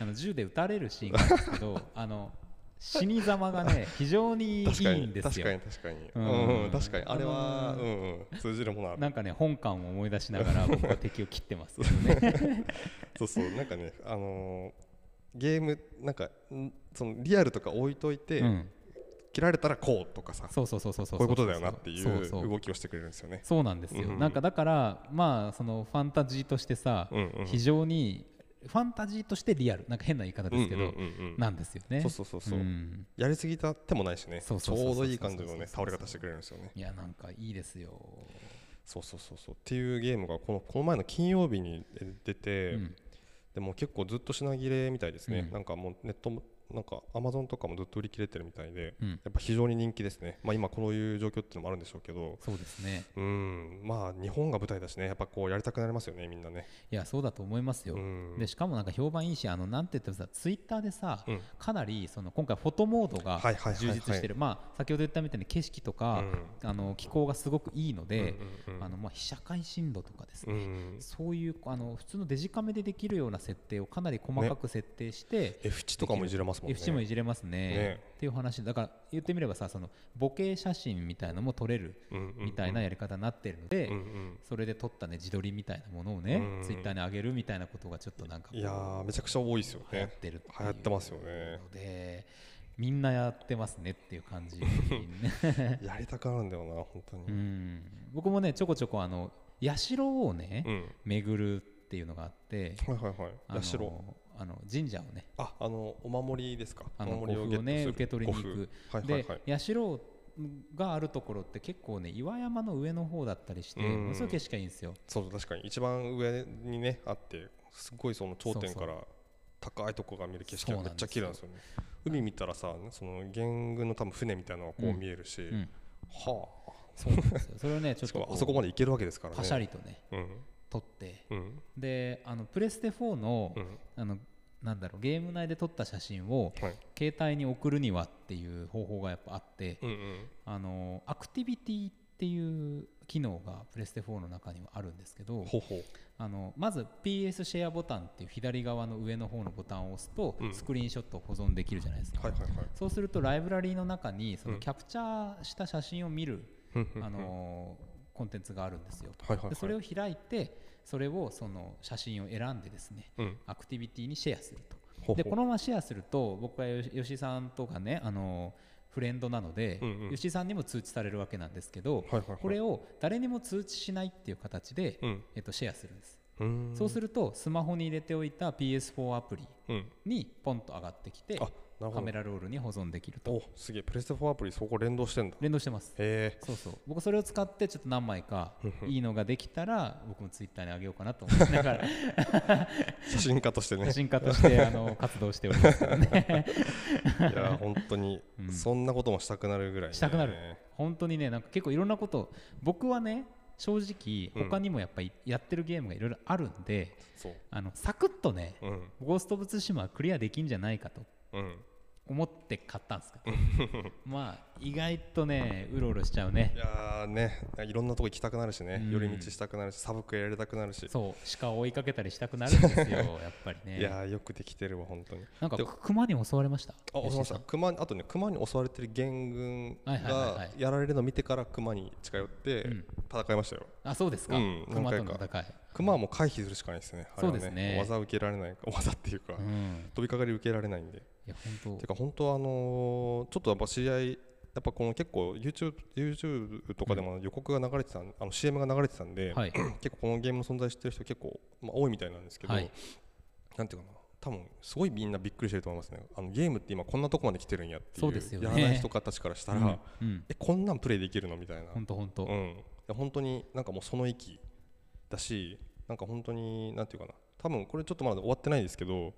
[SPEAKER 1] あの銃で撃たれるシーンがあるんですけ どあの死に様がね非常にい
[SPEAKER 2] 確かに
[SPEAKER 1] いんです
[SPEAKER 2] 確
[SPEAKER 1] よ
[SPEAKER 2] か。に確かに、
[SPEAKER 1] う
[SPEAKER 2] うんんうん確かにあれは、うんうん、通じるものある
[SPEAKER 1] なんかね本館を思い出しながら僕は敵を切ってますけどね。
[SPEAKER 2] そうそうなんかねあのーゲームなんかんそのリアルとか置いといて、
[SPEAKER 1] うん、
[SPEAKER 2] 切られたらこうとかさ
[SPEAKER 1] そうそうそうそうそう
[SPEAKER 2] こういうことだよなってい
[SPEAKER 1] そう
[SPEAKER 2] う
[SPEAKER 1] そう
[SPEAKER 2] 動きをしてくれるんですよね。
[SPEAKER 1] そうなんですよ、
[SPEAKER 2] うんうん
[SPEAKER 1] なんかだからまあそのファンタジーとしてさ、
[SPEAKER 2] うんうん
[SPEAKER 1] 非常にファンタジーとしてリアルなんか変な言い方ですけど、
[SPEAKER 2] うんうんうんうん
[SPEAKER 1] なんですよね
[SPEAKER 2] そうそうそうそうんやりすぎた手もないしねち
[SPEAKER 1] そ
[SPEAKER 2] ょ
[SPEAKER 1] うそうそうそう
[SPEAKER 2] うどいい感じのね
[SPEAKER 1] そうそうそう
[SPEAKER 2] 倒
[SPEAKER 1] そう
[SPEAKER 2] れ方してくれるんですよね
[SPEAKER 1] いやなんかいいですよ
[SPEAKER 2] そうそうそうそうっていうゲームがこのこの前の金曜日にえ出て、
[SPEAKER 1] うん
[SPEAKER 2] でも結構ずっと品切れみたいですね、
[SPEAKER 1] うん
[SPEAKER 2] なんかもうネットもなんかアマゾンとかもずっと売り切れてるみたいで、
[SPEAKER 1] うん
[SPEAKER 2] やっぱ非常に人気ですねまあ今こういう状況っていうのもあるんでしょうけど
[SPEAKER 1] そうですね
[SPEAKER 2] うんまあ日本が舞台だしねやっぱこうやりたくなりますよねみんなね
[SPEAKER 1] いやそうだと思いますよ、
[SPEAKER 2] うん
[SPEAKER 1] でしかもなんか評判いいしあのなんて言ってもさツイッターでさ、
[SPEAKER 2] うん
[SPEAKER 1] かなりその今回フォトモードが
[SPEAKER 2] はいはいはいはい
[SPEAKER 1] 充実してるまあ先ほど言ったみたいに景色とか、あの気候がすごくいいので、
[SPEAKER 2] うんうんうん
[SPEAKER 1] あのまあ被写界深度とかですね、
[SPEAKER 2] うん
[SPEAKER 1] そういうあの普通のデジカメでできるような設定をかなり細かく設定して、
[SPEAKER 2] F 値とかもいじれますますもんね。
[SPEAKER 1] 節もいじれますね
[SPEAKER 2] ね
[SPEAKER 1] っていう話だから言ってみればさそのボケ写真みたいのも撮れる
[SPEAKER 2] うんうんうん
[SPEAKER 1] みたいなやり方になってるので、
[SPEAKER 2] うんうん
[SPEAKER 1] それで撮ったね自撮りみたいなものをね、
[SPEAKER 2] うん
[SPEAKER 1] ツイッターに上げるみたいなことがちょっとなんかこう
[SPEAKER 2] いやーめちゃくちゃ多いですよ
[SPEAKER 1] 流行っ
[SPEAKER 2] ね。
[SPEAKER 1] てるっていう
[SPEAKER 2] 流行ってますよね。
[SPEAKER 1] のでみんなやってますねっていう感じ、ね
[SPEAKER 2] やりたくなるんだよな本当に。
[SPEAKER 1] う
[SPEAKER 2] うん
[SPEAKER 1] ん、僕もねちょこちょこあの社をね、
[SPEAKER 2] は
[SPEAKER 1] 巡るっていうのがあって
[SPEAKER 2] いはい
[SPEAKER 1] あ
[SPEAKER 2] はい。
[SPEAKER 1] の
[SPEAKER 2] 社
[SPEAKER 1] あの神社をね
[SPEAKER 2] ああのお守りですか。
[SPEAKER 1] あの
[SPEAKER 2] お守り
[SPEAKER 1] 古墳をね
[SPEAKER 2] ゲットする
[SPEAKER 1] 受け取りに行く
[SPEAKER 2] 古墳はい
[SPEAKER 1] で、
[SPEAKER 2] はいはい。
[SPEAKER 1] 社があるところって結構ね岩山の上の方だったりして、
[SPEAKER 2] うん
[SPEAKER 1] ものすごい景色がいいんですよ。
[SPEAKER 2] そう確かに一番上にねあってすごいその頂点から高いとこが見る景色
[SPEAKER 1] そ
[SPEAKER 2] が
[SPEAKER 1] う
[SPEAKER 2] め
[SPEAKER 1] な
[SPEAKER 2] っ
[SPEAKER 1] ん
[SPEAKER 2] ち
[SPEAKER 1] ですよ
[SPEAKER 2] ゃ綺麗なんですよね。海見たらさその元軍の多分船みたいなのがこう見えるし、
[SPEAKER 1] うん、
[SPEAKER 2] はあ
[SPEAKER 1] そうなんですよそれをねちょっ
[SPEAKER 2] しか
[SPEAKER 1] と
[SPEAKER 2] もあそこま
[SPEAKER 1] で
[SPEAKER 2] で行けるわけですからね。
[SPEAKER 1] パシャリとね
[SPEAKER 2] うん
[SPEAKER 1] 撮って
[SPEAKER 2] うん
[SPEAKER 1] であのプレステ4の,、
[SPEAKER 2] うん
[SPEAKER 1] あのなんだろうゲーム内で撮った写真を
[SPEAKER 2] はい
[SPEAKER 1] 携帯に送るにはっていう方法がやっぱあって、
[SPEAKER 2] うんうん
[SPEAKER 1] あのアクティビティっていう機能がプレステ4の中にはあるんですけど
[SPEAKER 2] ほうほう
[SPEAKER 1] あのまず PS シェアボタンっていう左側の上の方のボタンを押すと、
[SPEAKER 2] うん
[SPEAKER 1] スクリーンショットを保存できるじゃないですか、
[SPEAKER 2] はいはいはい
[SPEAKER 1] そうするとライブラリーの中にその
[SPEAKER 2] うん
[SPEAKER 1] キャプチャーした写真を見る、
[SPEAKER 2] ふんふんふん。
[SPEAKER 1] あのコンテンツがあるんですよ、
[SPEAKER 2] はいはいはい
[SPEAKER 1] でそれを開いてそれをその写真を選んでですね
[SPEAKER 2] うん
[SPEAKER 1] アクティビティにシェアすると
[SPEAKER 2] ほうほう
[SPEAKER 1] でこのままシェアすると僕はよし吉井さんとかねあのフレンドなので、
[SPEAKER 2] うんうん
[SPEAKER 1] 吉井さんにも通知されるわけなんですけど、
[SPEAKER 2] はいはいはい
[SPEAKER 1] これを誰にも通知しないっていう形で、
[SPEAKER 2] うん
[SPEAKER 1] えっと、シェアするんです、
[SPEAKER 2] うん
[SPEAKER 1] そうするとスマホに入れておいた PS4 アプリ
[SPEAKER 2] うん
[SPEAKER 1] にポンと上がってきて
[SPEAKER 2] あなるほ
[SPEAKER 1] カ
[SPEAKER 2] ど
[SPEAKER 1] メラロールに保存できると
[SPEAKER 2] おすげえプレステ4アプリそこ連動してんだへ
[SPEAKER 1] 連動してます
[SPEAKER 2] え
[SPEAKER 1] そうそう僕それを使ってちょっと何枚か
[SPEAKER 2] ふんふん
[SPEAKER 1] いいのができたら僕もツイッターにあげようかなと思いながら
[SPEAKER 2] 写真家としてね
[SPEAKER 1] 写真家としてあの活動しておりますけどね
[SPEAKER 2] いや本当に
[SPEAKER 1] うん
[SPEAKER 2] そんなこともしたくなるぐらいね
[SPEAKER 1] したくなる本当にねなんか結構いろんなこと僕はね正直
[SPEAKER 2] うん
[SPEAKER 1] 他にもやっぱりやってるゲームがいろいろあるんで、
[SPEAKER 2] そう
[SPEAKER 1] あのサクッとね
[SPEAKER 2] うん
[SPEAKER 1] 「ゴースト・オブ・ツシマ」はクリアできんじゃないかと
[SPEAKER 2] うん
[SPEAKER 1] 思って買ったんですけど まあ意外とねうろうろしちゃうね
[SPEAKER 2] いやーねいろんなとこ行きたくなるしね
[SPEAKER 1] うん
[SPEAKER 2] 寄り道したくなるし寒くやられたくなるし
[SPEAKER 1] そう鹿を追いかけたりしたくなるん ですよやっぱりね
[SPEAKER 2] いやーよくできてるわ本当に
[SPEAKER 1] なんか
[SPEAKER 2] で
[SPEAKER 1] 熊に襲われました
[SPEAKER 2] あ襲いまし
[SPEAKER 1] 吉井さ
[SPEAKER 2] た
[SPEAKER 1] ん
[SPEAKER 2] 熊にあとね熊に襲われてる元軍
[SPEAKER 1] はいはいはいは
[SPEAKER 2] が
[SPEAKER 1] い
[SPEAKER 2] やられるの見てから熊に近寄って
[SPEAKER 1] うん
[SPEAKER 2] 戦いましたよ
[SPEAKER 1] あそうですか、
[SPEAKER 2] うん
[SPEAKER 1] 熊との
[SPEAKER 2] 何回
[SPEAKER 1] 戦い、
[SPEAKER 2] 熊はもう回避するしかないですねあ
[SPEAKER 1] そ
[SPEAKER 2] れは
[SPEAKER 1] うですね
[SPEAKER 2] も技受けられない技っていうか
[SPEAKER 1] うん、
[SPEAKER 2] 飛びかかり受けられないんで
[SPEAKER 1] いや本
[SPEAKER 2] てか本当あのーちょっとやっぱ知り合いやっぱこの結構 YouTube, YouTube とかでも予告が流れてたん、あの CM が流れてたんで、
[SPEAKER 1] 当はい、
[SPEAKER 2] 結構このゲームの存在知ってる人結構、まあ、多いみたいなんですけど、
[SPEAKER 1] はい
[SPEAKER 2] なんていうかな多分すごいみんなびっくりしてると思いますねあのゲームって今こんなとこまで来てるんやっていう
[SPEAKER 1] そうですよね
[SPEAKER 2] やらない人たちからしたら、
[SPEAKER 1] うんうん、
[SPEAKER 2] えこんなんプレイできるのみたいな
[SPEAKER 1] 本当本当、
[SPEAKER 2] うんいや本当になんかもうその域だしなんか本当になんていうかな多分これちょっとまだ終わってないですけど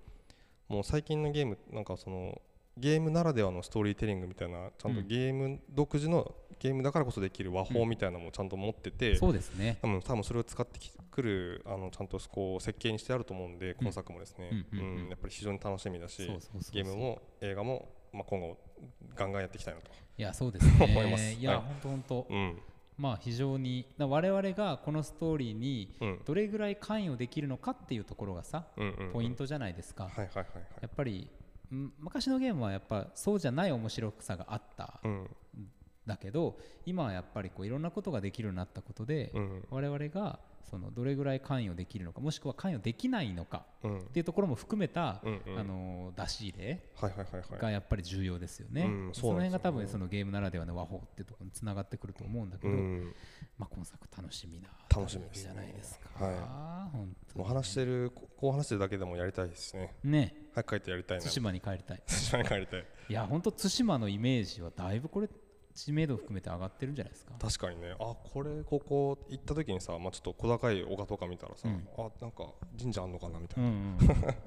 [SPEAKER 2] もう最近のゲームなんかそのゲームならではのストーリーテリングみたいなちゃんと
[SPEAKER 1] うん
[SPEAKER 2] ゲーム独自のゲームだからこそできる和法みたいなのもちゃんと持ってて、
[SPEAKER 1] そうですね
[SPEAKER 2] 多分多分それを使ってきくるあのちゃんとこう設計にしてあると思うんで今作もですね、
[SPEAKER 1] う
[SPEAKER 2] うんん
[SPEAKER 1] うんうんうん
[SPEAKER 2] やっぱり非常に楽しみだし
[SPEAKER 1] そうそうそうそう
[SPEAKER 2] ゲームも映画も、まあ、今後ガンガンやっていきたいなと、
[SPEAKER 1] いやそうですね
[SPEAKER 2] 思います
[SPEAKER 1] いや、
[SPEAKER 2] はい
[SPEAKER 1] 本当本当、
[SPEAKER 2] うん
[SPEAKER 1] まあ非常にな我々がこのストーリーに
[SPEAKER 2] うん
[SPEAKER 1] どれぐらい関与できるのかっていうところがさ、
[SPEAKER 2] うんうんうん
[SPEAKER 1] ポイントじゃないですか、
[SPEAKER 2] はいはいはいはい
[SPEAKER 1] やっぱりうん昔のゲームはやっぱそうじゃない面白さがあった
[SPEAKER 2] うん
[SPEAKER 1] だけど今はやっぱりこういろんなことができるようになったことで、
[SPEAKER 2] うん
[SPEAKER 1] 我々がそのどれぐらい関与できるのかもしくは関与できないのか
[SPEAKER 2] うん
[SPEAKER 1] っていうところも含めた、
[SPEAKER 2] うんうん
[SPEAKER 1] あの出し入れ
[SPEAKER 2] はいはいはいは
[SPEAKER 1] が
[SPEAKER 2] い
[SPEAKER 1] やっぱり重要ですよね、
[SPEAKER 2] うん
[SPEAKER 1] そ
[SPEAKER 2] そう
[SPEAKER 1] の
[SPEAKER 2] なん
[SPEAKER 1] 辺が
[SPEAKER 2] ですよね
[SPEAKER 1] 多分そのゲームならではの和法ってところにつながってくると思うんだけ
[SPEAKER 2] う
[SPEAKER 1] ど、
[SPEAKER 2] ん
[SPEAKER 1] まあ、今作楽しみな
[SPEAKER 2] 楽しみです
[SPEAKER 1] じ
[SPEAKER 2] ね
[SPEAKER 1] ゃないですか、
[SPEAKER 2] は
[SPEAKER 1] 本当
[SPEAKER 2] もう話してるここう話してるだけでもやりたいですね
[SPEAKER 1] ね
[SPEAKER 2] 早く帰ってやりたいな
[SPEAKER 1] 対馬に帰りたい
[SPEAKER 2] 対馬に帰りたい
[SPEAKER 1] いや本当対馬のイメージはだいぶこれ知名度含めて上がってるんじゃないですか
[SPEAKER 2] 確かにねあこれここ行った時にさ、まあ、ちょっと小高い丘とか見たらさ、
[SPEAKER 1] うん
[SPEAKER 2] あなんか神社あんのかなみたいな
[SPEAKER 1] うん、うん、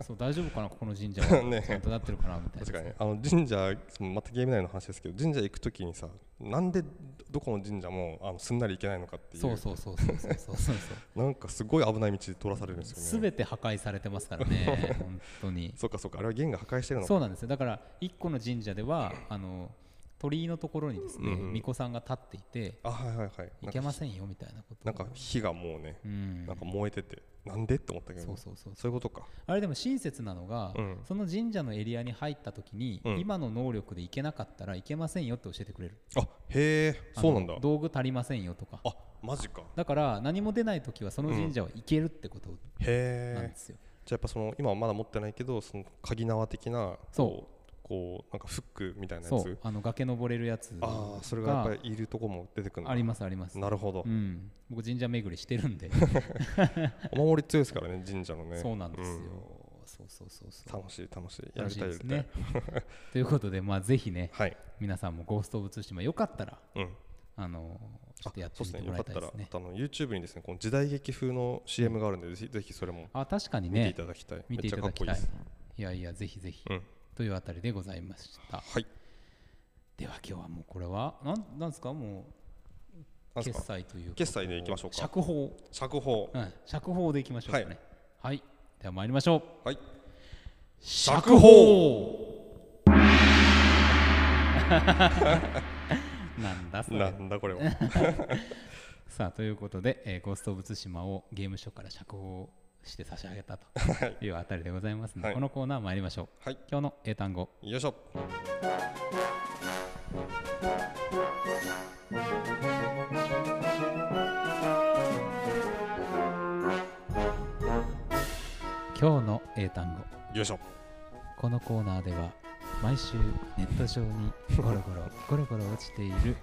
[SPEAKER 1] そう大丈夫かなここの神社は
[SPEAKER 2] ね
[SPEAKER 1] ちゃんとなってるかなみたいな
[SPEAKER 2] 確かにあの神社そのまたゲーム内の話ですけど神社行くときにさなんでどこの神社もあのすんなり行けないのかっていう
[SPEAKER 1] そうそうそうそうそうそうそう
[SPEAKER 2] なんかすごい危ない道で通らされるんですよね
[SPEAKER 1] すべて破壊されてますからね本当に
[SPEAKER 2] そうかそうかあれは弦が破壊してるのか
[SPEAKER 1] そうなんですよだから一個の神社ではあの鳥居のところにですね、
[SPEAKER 2] うんうん
[SPEAKER 1] 巫女さんが立っていて
[SPEAKER 2] あはいはいはい
[SPEAKER 1] いけませ
[SPEAKER 2] ん
[SPEAKER 1] んよみたいなこと
[SPEAKER 2] な
[SPEAKER 1] を
[SPEAKER 2] んか火がもうね
[SPEAKER 1] うん
[SPEAKER 2] なんか燃えててなんでって思ったけど
[SPEAKER 1] そうそうそう
[SPEAKER 2] そういうことか
[SPEAKER 1] あれでも親切なのが、
[SPEAKER 2] うん
[SPEAKER 1] その神社のエリアに入った時に、
[SPEAKER 2] うん
[SPEAKER 1] 今の能力で行けなかったらいけませんよって教えてくれる
[SPEAKER 2] あへえ
[SPEAKER 1] あ
[SPEAKER 2] そ
[SPEAKER 1] の
[SPEAKER 2] うなんだ
[SPEAKER 1] 道具足りませんよとか
[SPEAKER 2] あマジか
[SPEAKER 1] だから何も出ない時はその神社は行けるってことなん
[SPEAKER 2] へ
[SPEAKER 1] で
[SPEAKER 2] え
[SPEAKER 1] すよ、
[SPEAKER 2] じゃあやっぱその今はまだ持ってないけどその鍵縄的な
[SPEAKER 1] そ
[SPEAKER 2] こうなんかフックみたいなや
[SPEAKER 1] そう
[SPEAKER 2] つ
[SPEAKER 1] あの崖登れるやつ
[SPEAKER 2] ああそれがやっぱりいるとこも出てくるんだ
[SPEAKER 1] ありますあります
[SPEAKER 2] なるほど
[SPEAKER 1] うん、僕神社巡りしてるんで、
[SPEAKER 2] お守り強いですからね神社のね
[SPEAKER 1] そうなんですよ、
[SPEAKER 2] ん
[SPEAKER 1] そうそうそうそう
[SPEAKER 2] 楽しい楽しいや
[SPEAKER 1] 楽
[SPEAKER 2] り
[SPEAKER 1] した
[SPEAKER 2] い
[SPEAKER 1] で
[SPEAKER 2] やり
[SPEAKER 1] す
[SPEAKER 2] たい
[SPEAKER 1] ね ということでまあぜひね
[SPEAKER 2] はい
[SPEAKER 1] 皆さんもゴースト・オブ・ツシマよかったら
[SPEAKER 2] うん
[SPEAKER 1] あのちょっとやって
[SPEAKER 2] そう
[SPEAKER 1] み
[SPEAKER 2] で
[SPEAKER 1] てもら
[SPEAKER 2] すねよ
[SPEAKER 1] い
[SPEAKER 2] かった
[SPEAKER 1] い
[SPEAKER 2] た
[SPEAKER 1] で
[SPEAKER 2] ら
[SPEAKER 1] すね
[SPEAKER 2] あとあの YouTube にですねこの時代劇風の CM があるんでぜひぜひそれも
[SPEAKER 1] あ確かに
[SPEAKER 2] 見てい
[SPEAKER 1] ね
[SPEAKER 2] ただきたい
[SPEAKER 1] 見ていただき
[SPEAKER 2] め
[SPEAKER 1] た
[SPEAKER 2] っ
[SPEAKER 1] い
[SPEAKER 2] ちゃかっこ
[SPEAKER 1] いやいやぜひぜひ、
[SPEAKER 2] いいです
[SPEAKER 1] というあたりでございました
[SPEAKER 2] うんはい
[SPEAKER 1] では今日はもうこれはなんなんですかもう
[SPEAKER 2] なんです
[SPEAKER 1] 決
[SPEAKER 2] か
[SPEAKER 1] 済というか
[SPEAKER 2] 決済でいきましょうか
[SPEAKER 1] 釈放、
[SPEAKER 2] 釈放
[SPEAKER 1] うん、釈放でいきましょうかねはい、では参りましょう
[SPEAKER 2] はい
[SPEAKER 1] 釈
[SPEAKER 2] 釈
[SPEAKER 1] 放なんだそれ
[SPEAKER 2] なんだこれは
[SPEAKER 1] さあということで、えーゴースト・オブ・ツシマをゲームショーから釈放して差し上げたというあたりでございますので、
[SPEAKER 2] はい
[SPEAKER 1] このコーナー参りましょう
[SPEAKER 2] はい
[SPEAKER 1] 今日の英単語
[SPEAKER 2] よいしょ
[SPEAKER 1] 今日の英単語
[SPEAKER 2] よいしょ
[SPEAKER 1] このコーナーでは毎週ネット上にゴロゴロゴロゴロ落ちている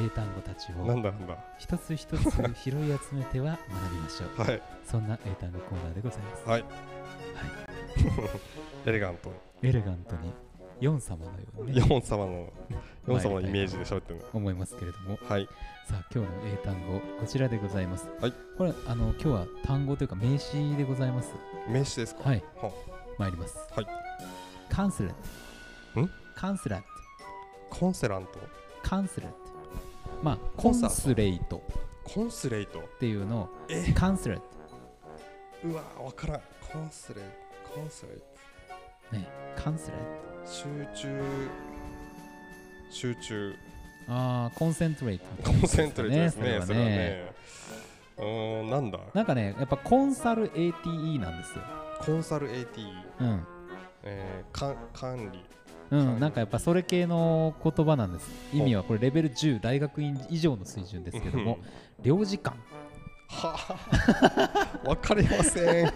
[SPEAKER 1] 英単語たち
[SPEAKER 2] な
[SPEAKER 1] を
[SPEAKER 2] んだなんだ
[SPEAKER 1] 一つ一つ拾い集めては学びましょう
[SPEAKER 2] はい
[SPEAKER 1] そんな英単語コーナーでございます、は
[SPEAKER 2] はい
[SPEAKER 1] い、
[SPEAKER 2] エレガント
[SPEAKER 1] エレガントに4様のように、
[SPEAKER 2] に
[SPEAKER 1] ね、
[SPEAKER 2] ヨン様のヨン様のイメージで喋ってるの
[SPEAKER 1] 思いますけれども
[SPEAKER 2] はい
[SPEAKER 1] さあ今日の英単語こちらでございます、
[SPEAKER 2] はい
[SPEAKER 1] これあの今日は単語というか名詞でございます
[SPEAKER 2] 名詞ですか
[SPEAKER 1] はい
[SPEAKER 2] は
[SPEAKER 1] 参ります
[SPEAKER 2] はい
[SPEAKER 1] カンスレット
[SPEAKER 2] ん
[SPEAKER 1] カンスレット
[SPEAKER 2] コンセラント
[SPEAKER 1] カンスレットまあコ
[SPEAKER 2] コ
[SPEAKER 1] ン
[SPEAKER 2] ンサート
[SPEAKER 1] スレイト
[SPEAKER 2] コンスレイト
[SPEAKER 1] っていうのを
[SPEAKER 2] え
[SPEAKER 1] カンスレッ
[SPEAKER 2] うわわからんコンスレコンスレ
[SPEAKER 1] トねカンスレット
[SPEAKER 2] 集中集中
[SPEAKER 1] ああコンセントレート
[SPEAKER 2] コンセントレートですね
[SPEAKER 1] そ
[SPEAKER 2] そ
[SPEAKER 1] れ
[SPEAKER 2] れ
[SPEAKER 1] は
[SPEAKER 2] は
[SPEAKER 1] ね
[SPEAKER 2] ねうーんなんだ
[SPEAKER 1] なんかねやっぱコンサル ATE なんですよ
[SPEAKER 2] コンサル AT
[SPEAKER 1] うん
[SPEAKER 2] えーか管理
[SPEAKER 1] うん、なんかやっぱそれ系の言葉なんです意味はこれレベル10大学院以上の水準ですけども
[SPEAKER 2] うん
[SPEAKER 1] 領事 館
[SPEAKER 2] はあ わかりません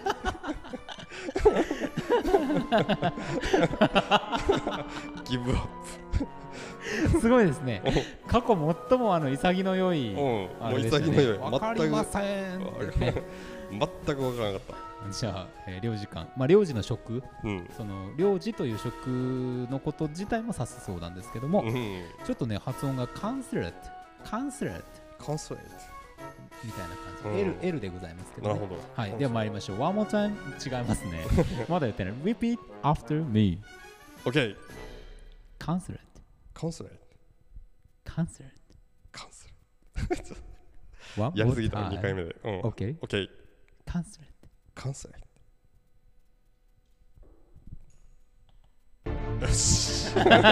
[SPEAKER 2] ギブアッ
[SPEAKER 1] すごいですね過去最もあの潔い
[SPEAKER 2] プ、うん、も
[SPEAKER 1] あ
[SPEAKER 2] う
[SPEAKER 1] れでしたね
[SPEAKER 2] 潔いよ
[SPEAKER 1] わかりませんってね
[SPEAKER 2] 全く全くわからなかった
[SPEAKER 1] じゃあ、えー領事館まあ領事の職
[SPEAKER 2] うん
[SPEAKER 1] その領事という職のこと自体も指すそうなんですけども、
[SPEAKER 2] うん
[SPEAKER 1] ちょっとね発音がカンスレットカンスレット
[SPEAKER 2] コンスレイ
[SPEAKER 1] みたいな感じ、
[SPEAKER 2] う
[SPEAKER 1] L,
[SPEAKER 2] ん
[SPEAKER 1] L でございますけど、
[SPEAKER 2] トな
[SPEAKER 1] ね、
[SPEAKER 2] るほど
[SPEAKER 1] はい、では参りましょう。One more time 違います ね。まだ言ってない。Repeat after me.
[SPEAKER 2] オッケー
[SPEAKER 1] Consulate.
[SPEAKER 2] コンスレイ
[SPEAKER 1] Consulate.
[SPEAKER 2] コンスレ
[SPEAKER 1] One
[SPEAKER 2] イやりすぎ
[SPEAKER 1] more
[SPEAKER 2] た
[SPEAKER 1] time.
[SPEAKER 2] 2回目でうん
[SPEAKER 1] OK.
[SPEAKER 2] オッケー
[SPEAKER 1] Consulate.
[SPEAKER 2] 関西よし うわ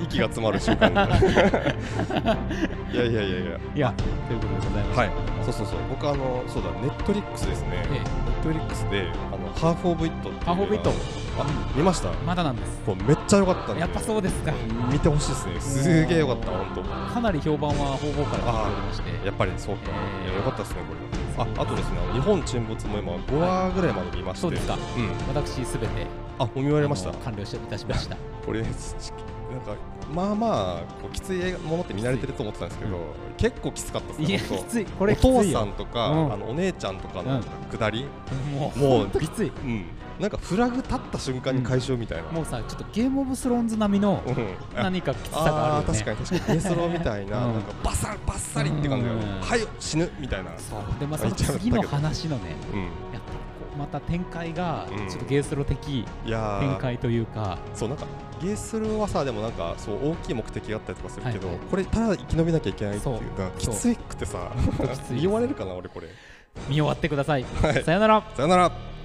[SPEAKER 2] 息が詰 まる瞬間だいやいやいやいや
[SPEAKER 1] いや、ということでございます。
[SPEAKER 2] はいそうそうそう僕あのそうだネットリックスですね
[SPEAKER 1] え
[SPEAKER 2] ネットリックスであのハーフ・オブ・イットっていう
[SPEAKER 1] ハーフオブイット
[SPEAKER 2] 映画あ見ました
[SPEAKER 1] えまだなんです。
[SPEAKER 2] これめっちゃ良かったんで
[SPEAKER 1] やっぱそうですか。
[SPEAKER 2] 見てほしいですねすげえ良かった本当
[SPEAKER 1] かなり評判は方々から聞いておりまして。
[SPEAKER 2] やっぱりそうか、
[SPEAKER 1] えー
[SPEAKER 2] いや良かったですねこれああとですねあの日本沈没も今5話ぐらいまで見まして、
[SPEAKER 1] そうですか。
[SPEAKER 2] うん
[SPEAKER 1] 私すべて
[SPEAKER 2] あもう見終わりました
[SPEAKER 1] あの完了しいたしま した。
[SPEAKER 2] これすなんかまあまあこうきつい映画ものって見慣れてると思ってたんですけど、結構きつかった
[SPEAKER 1] いや、
[SPEAKER 2] ですね
[SPEAKER 1] き
[SPEAKER 2] 本当
[SPEAKER 1] つい。これ
[SPEAKER 2] お
[SPEAKER 1] きついよ。
[SPEAKER 2] 父さんとか、
[SPEAKER 1] うん
[SPEAKER 2] あのお姉ちゃんとか
[SPEAKER 1] うん
[SPEAKER 2] の下り、
[SPEAKER 1] もう、
[SPEAKER 2] もう
[SPEAKER 1] ほんときつい。
[SPEAKER 2] うんなんかフラグ立った瞬間に解消みたいな、うん
[SPEAKER 1] もうさ、ちょっとゲームオブスローンズ並みの
[SPEAKER 2] あ
[SPEAKER 1] 何かきつさがあ
[SPEAKER 2] あ
[SPEAKER 1] る
[SPEAKER 2] ー
[SPEAKER 1] よね。
[SPEAKER 2] 確かに確かにゲスロみたいな,、
[SPEAKER 1] うん
[SPEAKER 2] なんかバサバッサリって感じが、
[SPEAKER 1] うん
[SPEAKER 2] はい死ぬみたいな、う
[SPEAKER 1] そう。で、まあ、そ
[SPEAKER 2] 言
[SPEAKER 1] の
[SPEAKER 2] っちゃった
[SPEAKER 1] 次
[SPEAKER 2] けど
[SPEAKER 1] の話のね、
[SPEAKER 2] ん、
[SPEAKER 1] やっぱこうまた展開が
[SPEAKER 2] うん
[SPEAKER 1] ちょっとゲースロ的
[SPEAKER 2] いやー
[SPEAKER 1] 展開というか、
[SPEAKER 2] そうなんかゲースルはさでもなんかそう大きい目的があったりとかするけど、
[SPEAKER 1] はい
[SPEAKER 2] これただ生き延びなきゃいけないってい
[SPEAKER 1] そう
[SPEAKER 2] うなんかきつくてさ
[SPEAKER 1] ほんときついです
[SPEAKER 2] 言われるかな俺これ
[SPEAKER 1] 見終わってください。さよなら
[SPEAKER 2] さよなら